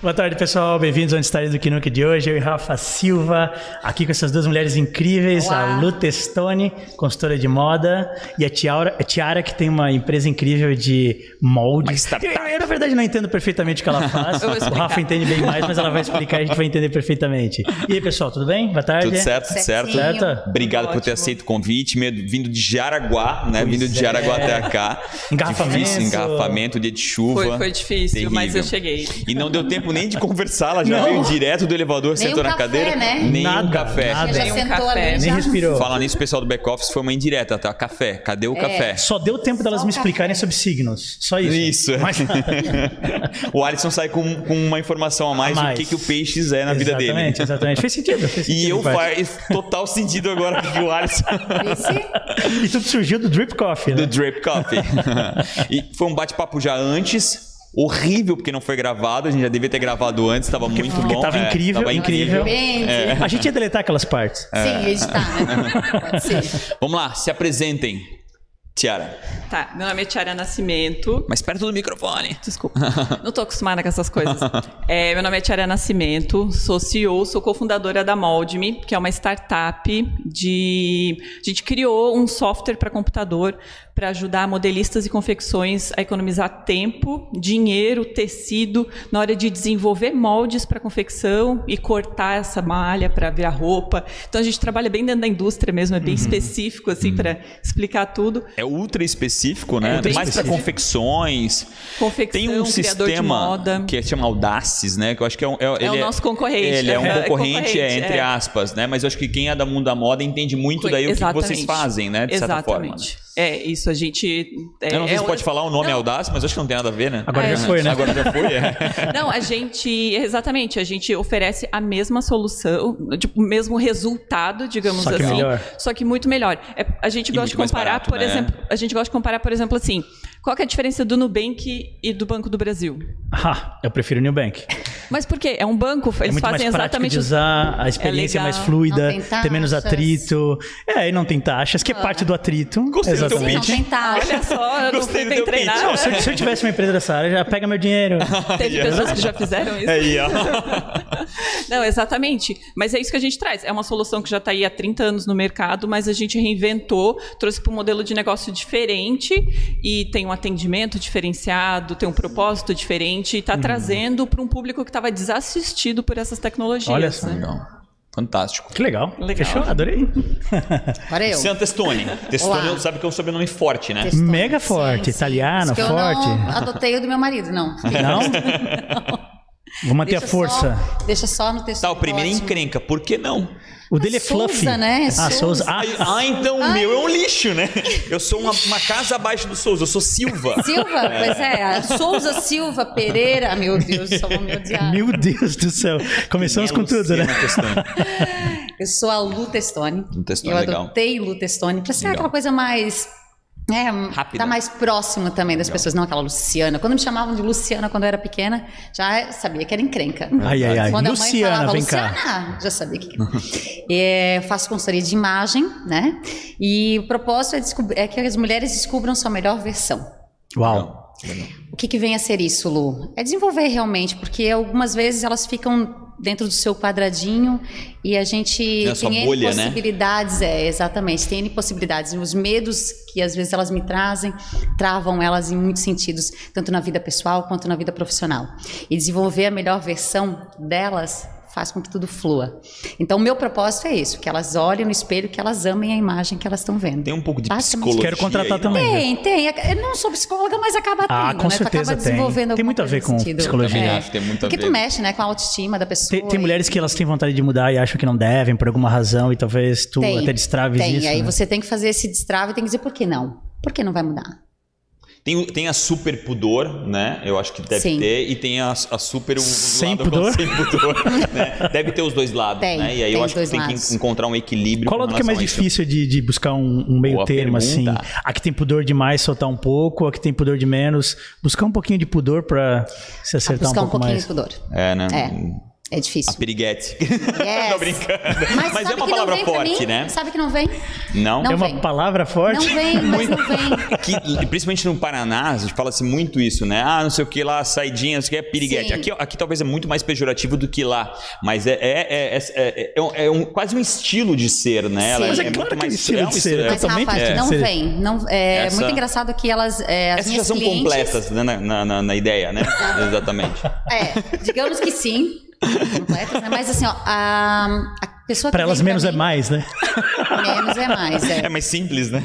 Boa tarde, pessoal. Bem-vindos ao Antes Tarde do Que Nunca de hoje. Eu e Rafa Silva, aqui com essas duas mulheres incríveis, Olá. a Lu Testoni, consultora de moda, e a Tiara, a Tiara que tem uma empresa incrível de moldes. Uma startup. Eu, eu, na verdade, não entendo perfeitamente o que ela faz. Eu vou o explicar. Rafa entende bem mais, mas ela vai explicar e a gente vai entender perfeitamente. E aí, pessoal, tudo bem? Boa tarde. Tudo certo, tudo certo. Certinho. Certo? Obrigado por Ótimo. ter aceito o convite, medo- vindo de Jaraguá, né? Pois vindo de Jaraguá é. até cá. Engarrafamento. Difícil, engarrafamento, dia de chuva. Foi, foi difícil, Terrível. mas eu cheguei. E não deu tempo nem de conversar, ela já Não. veio direto do elevador, Nem sentou um na café, cadeira, né? nem Nada, um café. nada. Já Tem um sentou café. ali, Tá Nem já. respirou. Falar nisso, o pessoal do back-office foi uma indireta, tá? Café, cadê o café? Só deu tempo delas Só me o explicarem sobre signos. Só isso. Isso. Mas- o Alisson sai com, com uma informação a mais, A mais. do que, que o peixes é na vida dele. Exatamente, exatamente. Fez sentido. fez E sentido, eu pai. faz total sentido agora que o Alisson Esse- E tudo surgiu do Drip Coffee, do né? Drip Coffee. e foi um bate-papo já antes, horrível porque não foi gravado, a gente já devia ter gravado antes, tava muito porque bom. É, tava incrível, tava incrível. Gente, É. A gente ia deletar aquelas partes. Sim, editar, né? Pode ser. Vamos lá, se apresentem. Tiara, Tá, meu nome é Tiara Nascimento. mas perto do microfone. Desculpa, não tô acostumada com essas coisas. É, meu nome é Tiara Nascimento, sou CEO, sou cofundadora da Moldme, que é uma startup de. A gente criou um software para computador para ajudar modelistas e confecções a economizar tempo, dinheiro, tecido na hora de desenvolver moldes para confecção e cortar essa malha para virar roupa. Então a gente trabalha bem dentro da indústria mesmo, Uhum. é bem específico assim para explicar tudo. É ultra específico, né? É ultra Mais para específico. confecções. Confecção, Tem um criador de sistema moda. que é chama Audaces, né? Que eu acho que é, um, É o ele nosso concorrente. Ele é um É, concorrente, concorrente, é, entre é. aspas, né? Mas eu acho que quem é da mundo da moda entende muito daí o que que Exatamente. vocês fazem, né? De certa forma. né? Exatamente. É, isso a gente. É, Eu não sei é se o- pode falar o nome Não. Audaces, mas acho que não tem nada a ver, né? Agora É, já foi, né? Agora já foi, é. Não, a gente. Exatamente, a gente oferece a mesma solução, tipo, o mesmo resultado, digamos Só que assim. melhor. Só que muito melhor. É, a gente E gosta de muito mais comparar, barato, por né? exemplo. A gente gosta de comparar, por exemplo, assim. Qual que é a diferença do Nubank e do Banco do Brasil? Ah, eu prefiro o New Bank. Mas por quê? É um banco, É eles muito mais fazem prático exatamente de usar, a experiência é legal. mais fluida, Não tem tem, menos taxas. atrito. É, e não tem taxas, que é parte do atrito. Gostei do teu Sim, não tá, Pitch. tem taxa. Olha só, eu não Gostei fui do bem teu pitch. treinada. Não, se eu, se eu tivesse uma empresa dessa área, já pega meu dinheiro. Teve pessoas que já fizeram isso. Aí, ó. Não, exatamente. Mas é isso que a gente traz. É uma solução que já está aí há 30 anos no mercado, mas a gente reinventou, trouxe para um modelo de negócio diferente e tem um atendimento diferenciado, tem um propósito diferente e está Uhum. trazendo para um público que estava desassistido por essas tecnologias. Olha só. né? Legal. Fantástico. Que legal. Legal. Fechou? Adorei. Agora eu. Santa Testoni. Olá. Testoni sabe que é um sobrenome forte, né? Questões. Mega forte, italiano, Isso que forte. Eu não adotei o do meu marido, não. Não? Vou manter a Deixa força. Só, deixa só no texto. Tá, o primeiro é Ótimo. encrenca. Por que não? O dele é Souza, fluffy. né? Ah, Souza. Souza. Ah, Aí, Ah, então o meu é um lixo, né? Eu sou uma, uma casa abaixo do Souza. Eu sou Silva. Silva, pois é. a Souza Silva Pereira. Ah, Meu Deus, só vão me odiar. meu Deus do céu. Começamos com tudo, né? Eu sou a Lu Testoni. Lu Testoni, eu legal. adotei Lu Testoni pra ser Legal. aquela coisa mais. É, Rápida. Tá mais próximo também das pessoas, não aquela Luciana. Quando me chamavam de Luciana quando eu era pequena, já sabia que era encrenca. Ai, ai, ai. Quando Luciana, a mãe falava, vem cá. Luciana, já sabia o que que é. Eu faço consultoria de imagem, né? E o propósito é, descobrir- é que as mulheres descubram sua melhor versão. Uau. O que, que vem a ser isso, Lu? É desenvolver realmente, porque algumas vezes elas ficam dentro do seu quadradinho e a gente Na sua bolha, né? possibilidades, é, exatamente, tem N possibilidades. Os medos que às vezes elas me trazem, travam elas em muitos sentidos, tanto na vida pessoal quanto na vida profissional. E desenvolver a melhor versão delas faz com que tudo flua. Então, o meu propósito é isso, que elas olhem no espelho, que elas amem a imagem que elas estão vendo. Tem um pouco de Basicamente psicologia. Quero contratar aí, também. viu? tem, tem. É, Eu não sou psicóloga, mas acaba tendo, é- Ah, com né? Tu certeza acaba tem. desenvolvendo Tem alguma muito a coisa ver com nesse sentido. psicologia. Acho que tem muito a Porque ver. tu mexe, né, com a autoestima da pessoa. Tem, tem e- mulheres que elas têm vontade de mudar e acham que não devem por alguma razão e talvez tu Tem, até destraves Tem, isso. aí né? você tem que fazer esse destrave e tem que dizer por que não. Por que não vai mudar? Tem, o- tem a super pudor, né? Eu acho que deve Sim. ter. E tem a, a super... o- o Sem lado com- pudor? Sem pudor. né? Deve ter os dois lados, Tem, né? E aí eu tem acho que os dois tem lados. que encontrar um equilíbrio Qual com lado que é mais relação a difícil isso. de, de buscar um, um meio Boa termo, assim? pergunta. A que tem pudor demais, soltar um pouco, a que tem pudor de menos. Buscar um pouquinho de pudor pra se acertar um Buscar um, pouco pouquinho mais. de pudor. É, né? É. É A difícil. piriguete. Yes. Tô brincando. Mas, sabe é uma que não palavra vem pra forte, mim? né? Sabe que não vem? Não. Não é uma vem. palavra forte? Não vem, mas não vem. Que, principalmente no Paraná, a gente fala-se muito isso, né? Ah, não sei o que lá, saidinha, não sei o que, é piriguete. Sim. Aqui, aqui talvez é muito mais pejorativo do que lá, mas é, é, é, é- é- é um- é um- quase um estilo de ser, né? Ela Sim. Mas é muito claro que é mais- estilo um de ser, é- Mas, Totalmente Rafa, é. não Sim. vem. Não, é Essa- muito engraçado que elas. É, as Essas já minhas são clientes, completas né, na, na- na- na ideia, né? Exatamente. É, digamos que sim. Completas, né? Mas assim, ó, a, a pessoa Para que elas vem menos é mim- mais, né? Menos é mais, é. É mais simples, né?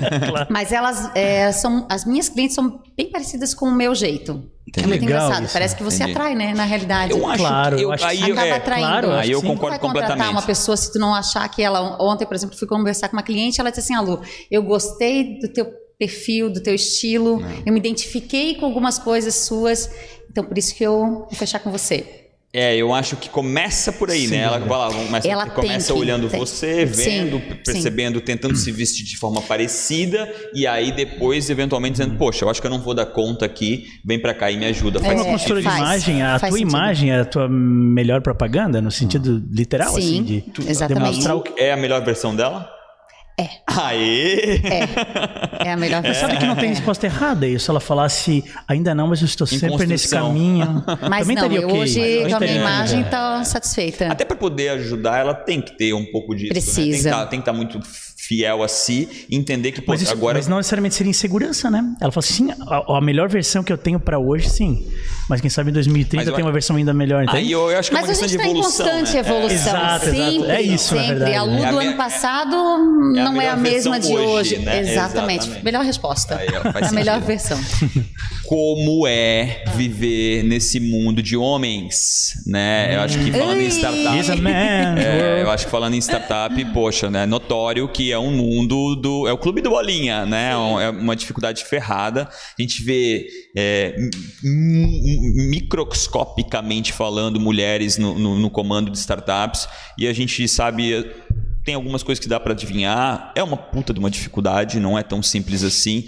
Mas elas é, são. As minhas clientes são bem parecidas com o meu jeito. É muito Legal engraçado. isso. Parece que você Entendi. atrai, né? Na realidade. Eu acho Claro, que eu, eu acho que aí, sim. eu- Acaba é, atraindo. claro, eu acho aí eu que sim. Não concordo vai contratar completamente. uma pessoa se tu não achar que ela. Ontem, por exemplo, fui conversar com uma cliente, ela disse assim: Alu, eu gostei do teu perfil, do teu estilo, eu me identifiquei com algumas coisas suas, então por isso que eu vou fechar com você. É, eu acho que começa por aí, Sim. né? Ela, fala, começa, Ela tem começa que- olhando tem- você, vendo, Sim, percebendo, tentando se vestir de forma parecida, e aí depois, eventualmente, dizendo, poxa, eu acho que eu não vou dar conta aqui, vem pra cá e me ajuda. É Faz uma É, consultora de faz- imagem, a tua faz sentido. imagem é a tua melhor propaganda, no sentido literal, Sim, assim, de tu- exatamente. demonstrar o sentido. É a melhor versão dela? É. Aê! É a melhor Mas versão. sabe que não tem É. resposta errada isso? Ela falasse, ainda não, mas eu estou sempre nesse construção. caminho. Mas Também não, estaria eu ok. hoje, Mas né? com a também minha estaria imagem, ok. estou satisfeita. Até para poder ajudar, ela tem que ter um pouco disso. né? Tem que É. Precisa. tá- Tem que estar muito fiel a si e entender que, pô, Mas, isso, agora. mas não necessariamente seria insegurança, né? Ela fala assim, sim, a, a melhor versão que eu tenho pra hoje, sim. Mas quem sabe em 2030 Mas eu tem uma acho- versão ainda melhor, então. Aí eu, eu acho que é Mas uma a questão gente de está em evolução. constante né? evolução. Exato, exato. sempre, É isso, na sempre. verdade, né? a Lu É a do minha- ano passado é a não é melhor a mesma de versão hoje, hoje. né? Exatamente. Exatamente. É Melhor resposta. Aí, ó, faz a melhor sentido. versão. como é viver nesse mundo de homens, né? Eu acho que falando em He's a startup. man. É, eu acho que falando em startup, poxa, né? Notório que é um mundo do. É o clube do bolinha, né? É um- É uma dificuldade ferrada. A gente vê é, m- m- microscopicamente falando mulheres no, no- no comando de startups e a gente sabe. Tem algumas coisas que dá pra adivinhar. É uma puta de uma dificuldade, não é tão simples assim.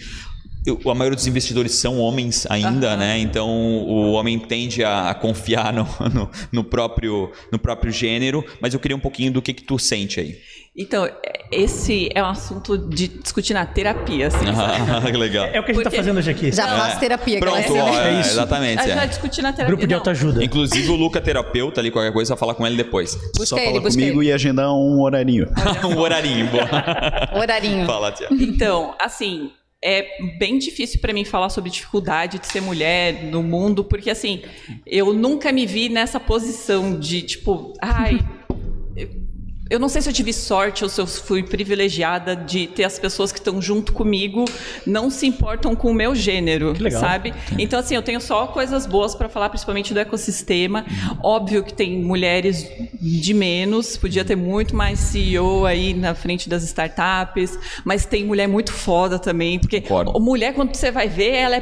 Eu- a maioria dos investidores são homens ainda, né? Então o homem tende a, a confiar no, no- no próprio, no próprio gênero, mas eu queria um pouquinho do que, que tu sente aí. Então, esse é um assunto de discutir na terapia, assim. sabe? Ah, que legal. É o que a gente tá Porque- fazendo hoje aqui. Já É. faço terapia, Pronto, galera. né? ó, É é, isso. A exatamente. gente vai é. discutir na terapia. Grupo de Não, autoajuda. Inclusive o Luca terapeuta ali, qualquer coisa, falar com ele depois. Busca Só ele, falar busca comigo e agendar um horarinho. um horarinho, bom. Horarinho. Fala, tia. Então, assim, é bem difícil pra mim falar sobre dificuldade de ser mulher no mundo, porque assim, eu nunca me vi nessa posição de tipo, ai, eu não sei se eu tive sorte ou se eu fui privilegiada de ter as pessoas que estão junto comigo não se importam com o meu gênero, Que legal. sabe? Então assim, eu tenho só coisas boas para falar, principalmente do ecossistema. Óbvio que tem mulheres de menos, podia ter muito mais CEO aí na frente das startups, mas tem mulher muito foda também, porque Concordo. mulher quando você vai ver, ela é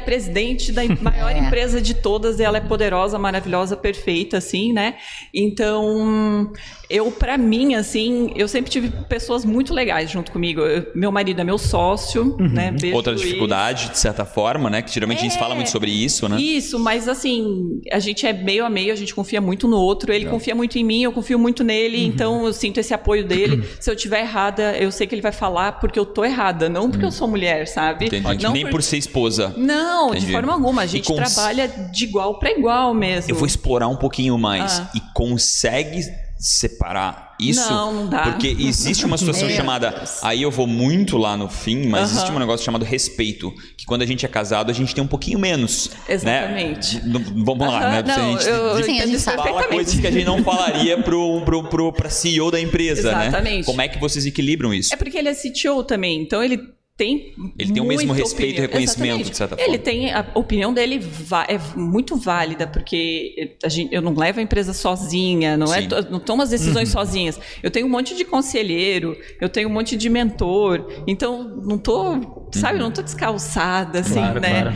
presidente da maior É. empresa de todas, e ela é poderosa, maravilhosa, perfeita assim, né? Então, eu, pra mim, assim, eu sempre tive pessoas muito legais junto comigo. Eu- meu marido é meu sócio, né? Beijo, Uhum. Outra Luiz. dificuldade, de certa forma, né? Que geralmente a gente É. fala muito sobre isso, né? Isso, mas assim, a gente é meio a meio, a gente confia muito no outro, ele confia muito em mim, eu confio muito nele, Uhum. então eu sinto esse apoio dele. Se eu tiver errada, eu sei que ele vai falar porque eu tô errada, não porque eu sou mulher, sabe? Uhum. Entendi. Não Nem por ser esposa. Não, Entendi. de forma alguma. A E gente cons- trabalha de igual pra igual mesmo. Eu vou explorar um pouquinho mais. Ah. E consegue separar isso? Não, não dá. Porque existe uma situação Meu chamada. Deus. Aí eu vou muito lá no fim, mas Aham. existe um negócio chamado respeito. Que quando a gente é casado, a gente tem um pouquinho menos. Exatamente. Né? D- d- Vamos lá, Aham, né? Não, a gente eu, eu Sim, a entendo gente isso sabe. fala perfeitamente. coisas que a gente não falaria pro, pro, pro, pra CEO da empresa, né? Exatamente. Como é que vocês equilibram isso? É porque ele é CTO também, então ele tem. Ele tem o muita mesmo respeito e opinião. reconhecimento, Exatamente. de certa Ele forma. tem. A opinião dele va- é muito válida, porque a gente- eu não levo a empresa sozinha, não, é, Sim. Uhum. to- não tomo as decisões sozinhas. Eu tenho um monte de conselheiro, eu tenho um monte de mentor, então não tô. Sabe, Uhum. não tô descalçada, assim, Claro, né? claro.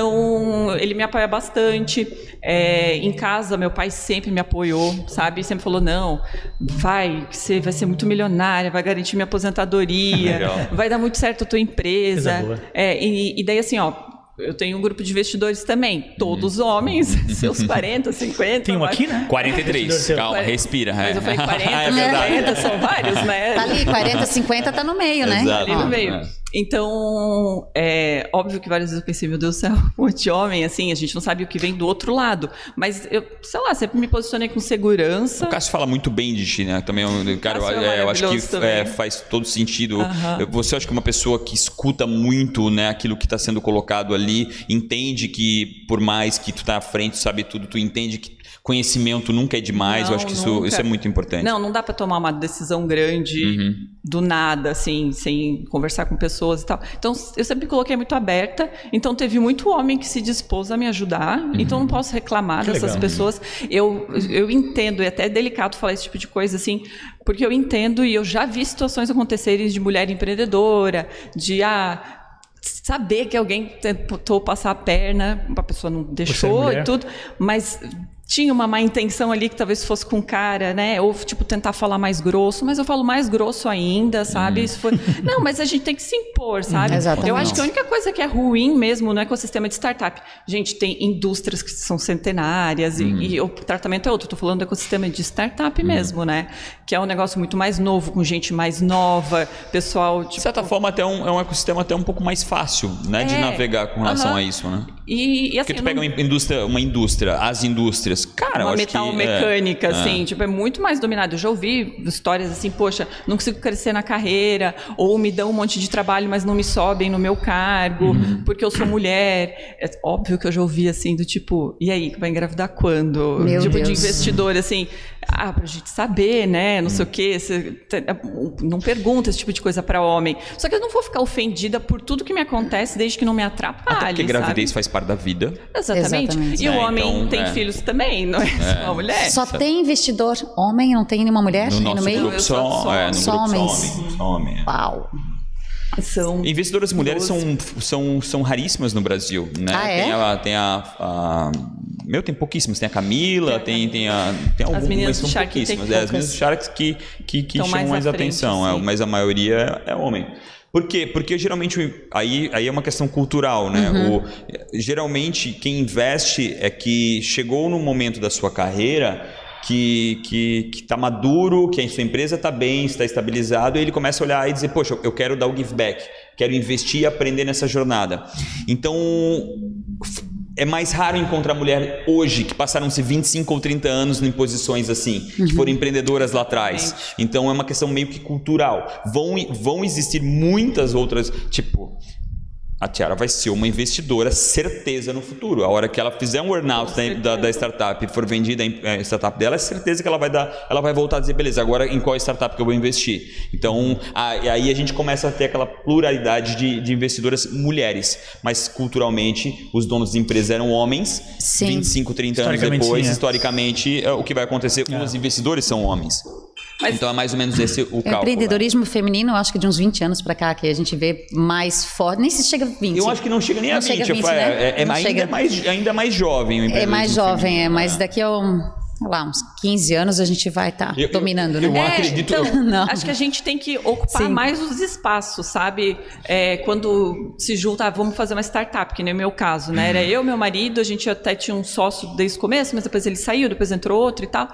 Então, ele me apoia bastante. É, em casa, meu pai sempre me apoiou, sabe? Sempre falou: não, vai, que você vai ser muito milionária, vai garantir minha aposentadoria, Legal. vai dar muito certo a tua Coisa boa. empresa. É, e, e daí, assim, ó. Eu tenho um grupo de investidores também, todos Uhum. homens, seus 40, 50. Tem um mas- aqui, né? 43. Seu- Calma, Quarenta. respira. Mas eu falei 40, é verdade. 50, são vários, né? Tá ali, 40, 50 tá no meio, né? Exato. ali no Ó, meio. É. Então, é óbvio que várias vezes eu pensei, meu Deus do céu, um monte de homem, assim, a gente não sabe o que vem do outro lado. Mas eu, sei lá, sempre me posicionei com segurança. O Cássio fala muito bem de ti, né? Também, eu- cara, eu, Cássio é é, eu acho maravilhoso que também. é, faz todo sentido. Aham. Eu- Você acha que é uma pessoa que escuta muito, né, aquilo que está sendo colocado ali, entende que por mais que tu tá à frente, sabe tudo, tu entende que conhecimento nunca é demais. eu Não, acho que isso, nunca. isso é muito importante. Não, não dá pra tomar uma decisão grande Uhum. do nada, assim, sem conversar com pessoas e tal. Então, eu sempre me coloquei muito aberta. Então, teve muito homem que se dispôs a me ajudar. Então, não posso reclamar Que dessas legal. pessoas. Eu, eu entendo, é até delicado falar esse tipo de coisa, assim, porque eu entendo e eu já vi situações acontecerem de mulher empreendedora, de. Ah, Saber que alguém tentou passar a perna, a pessoa não deixou mulher. e tudo, mas tinha uma má intenção ali que talvez fosse com cara, né? Ou tipo tentar falar mais grosso, mas eu falo mais grosso ainda, Uhum. sabe? Isso foi. Não, mas a gente tem que se impor, sabe? Exatamente. Eu acho que a única coisa que é ruim mesmo no ecossistema de startup, gente, tem indústrias que são centenárias e, Uhum. e o tratamento é outro. Estou falando do ecossistema de startup mesmo, né? Que é um negócio muito mais novo, com gente mais nova, pessoal De tipo, certa forma, até um, é um ecossistema até um pouco mais fácil, né, de É. navegar com relação Aham. a isso, né? e, e assim. Porque tu eu pega não- uma indústria, uma indústria, as indústrias, cara, eu uma acho metal que, mecânica, é, assim, tipo, é muito mais dominado. Eu já ouvi histórias assim, poxa, não consigo crescer na carreira, ou me dão um monte de trabalho, mas não me sobem no meu cargo, Uhum. porque eu sou mulher. É óbvio que eu já ouvi assim, do tipo, e aí, vai engravidar quando? Meu tipo, de Deus. investidor, assim, ah, pra gente saber, né? Não sei o quê. cê- te- não pergunta esse tipo de coisa pra homem. Só que eu não vou ficar ofendida por tudo que me acontece, desde que não me atrapalhe. Até porque sabe? gravidez faz parte da vida. Exatamente. Exatamente. E o É, homem então, tem é. filhos também, não é, só a mulher? Só tem investidor homem, não tem nenhuma mulher No aí Assim, no nosso meio? grupo Eu só- só, só- é, no só grupo só homens. homem, só homem, é. Uau. São Investidoras mulheres são, são, são raríssimas no Brasil, né? Ah, é? Tem, a, tem a, a- Meu, tem pouquíssimas. Tem a Camila, tem, tem, a, tem algumas, meninas mas do são Shark tem pouquíssimas. É, as poucas. meninas do Sharks que, que, que Estão chamam mais à mais frente, atenção, é, sim. mas a maioria é, é homem. Por quê? Porque geralmente o- aí, aí é uma questão cultural, né? Uhum. O- geralmente quem investe é que chegou num momento da sua carreira que que que tá maduro, que a sua empresa está bem, está estabilizado, e ele começa a olhar e dizer, poxa, eu quero dar o give back, quero investir e aprender nessa jornada. Então f- é mais raro encontrar mulher hoje que passaram-se 25 ou 30 anos em posições assim, que foram empreendedoras lá atrás. Então é uma questão meio que cultural. Vão, vão existir muitas outras, tipo. A Tiara vai ser uma investidora, certeza, no futuro. A hora que ela fizer um earnout da, da, da startup e for vendida a startup dela, é certeza que ela vai dar, ela vai voltar a dizer, beleza, agora em qual startup que eu vou investir? Então, a- e aí a gente começa a ter aquela pluralidade de, de investidoras mulheres. Mas culturalmente, os donos de empresa eram homens. Sim. 25, 30 anos Historicamente, depois, sim, é. historicamente, é, o que vai acontecer, os investidores são homens. Mas- Então é mais ou menos esse o O cálculo. empreendedorismo feminino, eu acho que de uns 20 anos pra cá, que a gente vê mais forte. Nem se chega a 20. Eu acho que não chega nem a Não 20, chega a 20, é, né? é- é Não ainda, chega. mais, ainda mais jovem o É mais empreendedorismo jovem, feminino, é, mas né? daqui a um, sei lá, uns 15 anos a gente vai estar Eu- eu- dominando, eu né? acho- acredito- Então, Não. Acho que a gente tem que ocupar Sim. mais os espaços, sabe? É, quando se junta, ah, vamos fazer uma startup, que nem o meu caso, né? Uhum. Era eu, meu marido, a gente até tinha um sócio desde o começo, mas depois ele saiu, depois entrou outro e tal.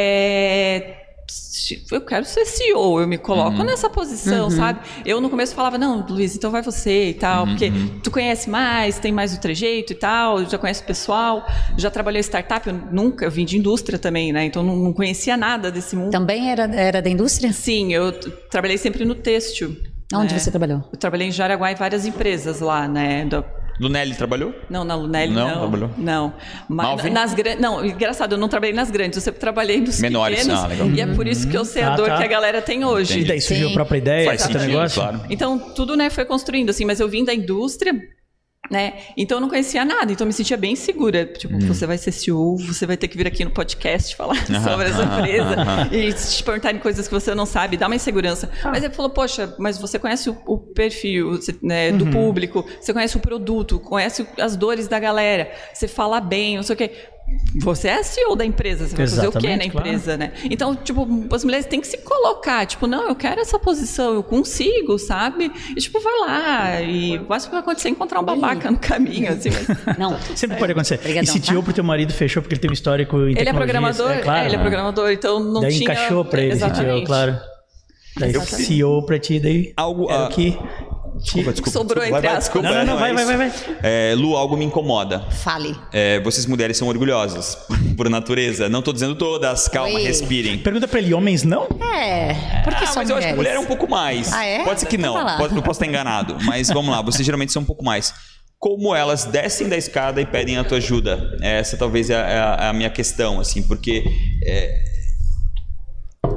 É, se- Eu quero ser CEO, eu me Uhum. coloco nessa posição, sabe? Eu no começo falava, não, Luiz, então vai você e tal, Uhum. porque tu conhece mais, tem mais o trejeito e tal, já conhece o pessoal, já trabalhei em startup, eu nunca, eu vim de indústria também, né? Então não, não conhecia nada desse mundo. Também era, era da indústria? Sim, eu t- trabalhei sempre no têxtil. Onde né? você trabalhou? Eu trabalhei em Jaraguá em várias empresas lá, né? do- Lunelli trabalhou? Não, na Lunelli Não, não. trabalhou? Não. Mas Malvin? nas grandes. Não, engraçado, eu não trabalhei nas grandes, eu sempre trabalhei nos Menores, pequenos. ah, legal. E é por isso que eu sei a Ah, dor tá. que a galera tem hoje. E daí surgiu Sim. a própria ideia, Faz esse teu sentido, negócio? claro. Então, tudo né, foi construindo, assim, mas eu vim da indústria, né? Então eu não conhecia nada, então eu me sentia bem segura. Tipo, Hum. você vai ser CEO, você vai ter que vir aqui no podcast falar sobre essa empresa e te perguntarem coisas que você não sabe, dá uma insegurança. Mas ele falou, poxa, mas você conhece o, o perfil você, né, Uhum. do público, você conhece o produto, conhece as dores da galera, você fala bem, não sei o quê. Você é a CEO da empresa, você vai fazer o quê na Exatamente, claro. empresa, né? Então, tipo, as mulheres têm que se colocar, tipo, não, eu quero essa posição, eu consigo, sabe? E, tipo, vai lá, e o máximo que vai acontecer é encontrar um babaca no caminho, assim. mas- Não. Sempre pode acontecer. Obrigadão, e se tirou tá? pro teu marido, fechou porque ele tem um histórico em Ele é tecnologia, programador, é claro. é, ele é programador, então não daí tinha... encaixou pra ele, se Exatamente. tirou, claro. Daí Exatamente. CEO pra ti, daí Algo. era ah, o que... Desculpa, desculpa. desculpa, Sobrou entre vai, vai, aspas. desculpa, Não, não, não, é vai, vai, isso. vai, vai. É, Lu, algo me incomoda. Fale. É, vocês mulheres são orgulhosas, por natureza. Não tô dizendo todas, calma, Oi. respirem. Pergunta pra ele, homens não? É. Por que Ah, só mas eu acho mulheres? que mulher é um pouco mais. Ah, é? Pode ser que Então não, vai lá. pode- eu posso estar enganado. Mas vamos lá, vocês geralmente são um pouco mais. Como elas descem da escada e pedem a tua ajuda? Essa talvez é a, é a- a minha questão, assim, porque... é,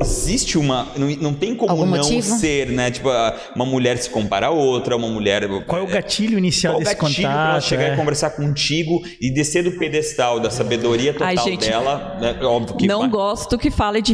Existe uma. Não, não tem como Algum não motivo? ser, né? Tipo, a- uma mulher se compara a outra, uma mulher. Qual é o gatilho inicial Qual o desse gatilho contato? pra ela chegar é? e conversar contigo e descer do pedestal da sabedoria total Ai, gente, dela? né? Óbvio que não vai- gosto que fale de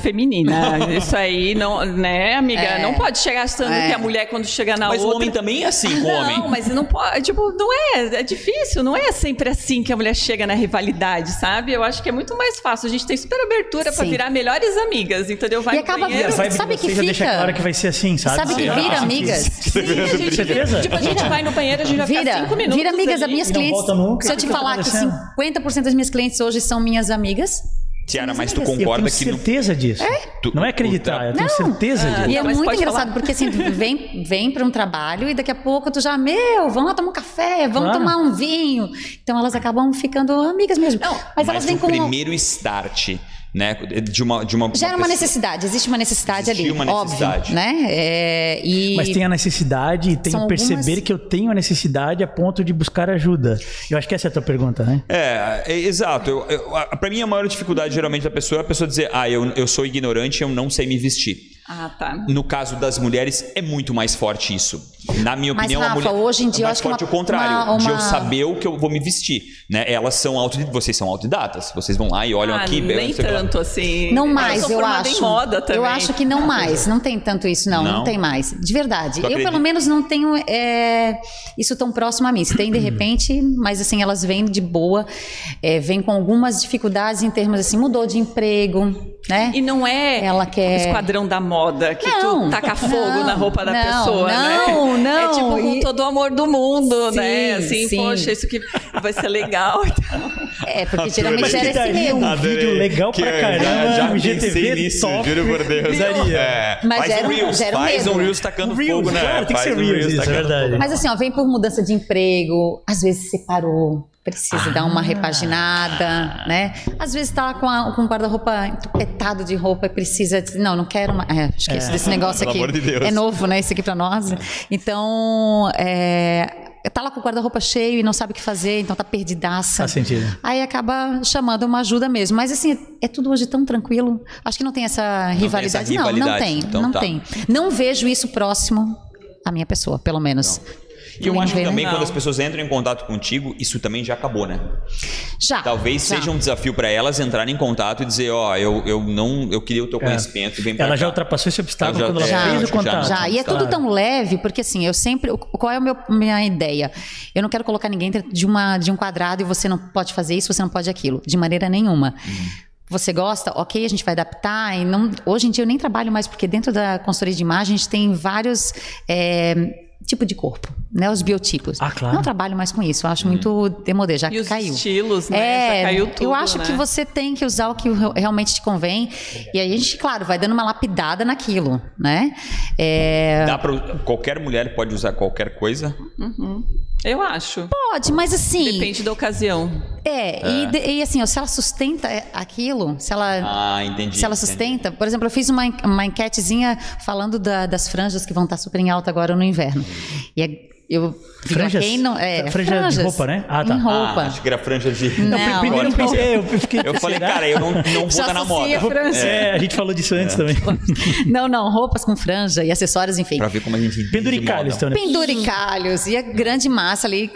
feminina. Isso aí, não, né, amiga? É. Não pode chegar achando É. que a mulher, quando chega na Mas o outra. homem também é assim, com o não, homem. mas não pode. Tipo, não é. É difícil. Não é sempre assim que a mulher chega na rivalidade, sabe? Eu acho que é muito mais fácil. A gente tem super abertura pra Sim. virar melhores amigas, entendeu? Vai E no acaba E a banheiro. virando- vibe Sabe de que você já deixa fica? claro que vai ser assim, sabe? Sabe que Ah, vira sim. amigas? Sim, a gente- Certeza? Tipo, a gente vai no banheiro, a gente vai ficar Vira, cinco minutos. vira amigas das ali. minhas e não clientes. volta nunca. O Se eu que te tá falar que acontecendo? 50% das minhas clientes hoje são minhas amigas, Tiara, mas tu é assim, Eu tenho Eu concorda tenho que não certeza disso. Tu- Não é acreditar, eu tenho certeza Ah, disso. E Não, é mas muito pode engraçado, falar. porque assim, tu vem, vem para um trabalho e daqui a pouco tu já, meu, vamos lá tomar um café, vamos Claro. tomar um vinho. Então elas acabam ficando amigas mesmo. Não, mas, elas vêm o com. um primeiro start, né? De uma. De uma Gera uma pessoa- necessidade, existe uma necessidade Existe ali. uma necessidade. Óbvio, né? É, e Mas tem a necessidade e tem São algumas- perceber que eu tenho a necessidade a ponto de buscar ajuda. Eu acho que essa é a tua pergunta, né? É, é, exato. Eu, eu- a- pra mim, a maior dificuldade geralmente da pessoa é a pessoa dizer, ah, eu, eu sou ignorante, eu não sei me vestir. Ah, tá. No caso das mulheres, é muito mais forte isso. Na minha Mas, opinião, a Rafa, mulher. hoje em dia é eu mais acho que forte uma- o contrário, uma- de eu uma- saber o que eu vou me vestir. Né? Elas são auto, vocês são autodidatas. Vocês vão lá e olham ah, aqui. nem eu sei lá. tanto, assim. Não mais, sou eu formada acho. Em moda também. Eu acho que não mais, não tem tanto isso, não, não, Não? tem mais. De verdade. Tu eu, acredita? pelo menos, não tenho é, isso tão próximo a mim. Se tem de repente, mas assim, elas vêm de boa, é, vêm com algumas dificuldades em termos assim, mudou de emprego, né? E não é Ela o quer. esquadrão da moda que tu Não, taca fogo não, na roupa da não, pessoa, não, né? não, É tipo com e- todo o amor do mundo, Sim, né? Assim, sim. poxa, isso que vai ser legal. É, porque Adorei. geralmente era esse Daria um meu. Adorei. vídeo legal Que pra eu caramba, um pensei GTV top. juro por Deus. Usaria. É, Mas faz gera um um- Reels, gera um faz um medo. Reels tacando Reels, fogo, né? claro, tem que faz ser Reels, Reels isso é tacando verdade. fogo. Mas assim, ó, vem por mudança de emprego, às vezes separou, precisa dar Ah. uma repaginada, né? Às vezes tá com, a, com o guarda-roupa entupetado de roupa e precisa. de- Não, não quero mais. É, esquece desse negócio Pelo aqui. amor de Deus. É. É novo, né? Isso aqui pra nós. Então, é, tá lá com o guarda-roupa cheio e não sabe o que fazer, então tá perdidaça. Faz sentido. Aí acaba chamando uma ajuda mesmo. Mas assim, é tudo hoje tão tranquilo. Acho que não tem essa rivalidade. Não, rivalidade. não tem. Então não tá. tem. Não vejo isso próximo à minha pessoa, pelo menos. E eu Também acho que vê, né? também Não. quando as pessoas entram em contato contigo, isso também já acabou, né? Já. Talvez já. seja um desafio pra elas entrarem em contato e dizer, ó, eu, eu não, eu queria o teu conhecimento, vem pra É. Ela cá. já ultrapassou esse obstáculo Ela já- quando ela é, fez acho o que já contato. não. Já, e é tudo Claro. tão leve, porque assim, eu sempre. o- Qual é a meu- minha ideia? Eu não quero colocar ninguém dentro de, uma, de um quadrado e você não pode fazer isso, você não pode aquilo. De maneira nenhuma. Uhum. Você gosta? Ok, a gente vai adaptar. E não, hoje em dia eu nem trabalho mais, porque dentro da consultoria de imagem a gente tem vários. É, tipo de corpo, né? Os biotipos. Ah, claro. Uhum. Não trabalho mais com isso. Eu acho muito demodê, já E os caiu. É, estilos, né? Já caiu tudo, Eu acho né? que você tem que usar o que re- realmente te convém. E aí a gente, claro, vai dando uma lapidada naquilo, né? É, Dá pra, qualquer mulher pode usar qualquer coisa. Uhum. Eu acho. pode, mas assim. Depende da ocasião. É, E, de- e assim, ó, se ela sustenta é, aquilo, se ela. Ah, entendi. Se ela entendi. sustenta, por exemplo, eu fiz uma, en- uma enquetezinha falando da- das franjas que vão estar super em alta agora no inverno. E é- eu vi lá Franjas? quem não. É, Franja de roupa, né? Ah, tá. Em roupa. Ah, acho que era franja de... Não, Pri- Primeiro eu Agora, pensei, é, eu fiquei. Eu falei, será? cara, eu não, não vou Já dar na associa, moda. Roupa- França. É, a gente falou disso antes também. Não, não, roupas com franja e acessórios, enfim. Pra ver como a gente entende Penduricalhos, moda. então, né? penduricalhos e a grande massa ali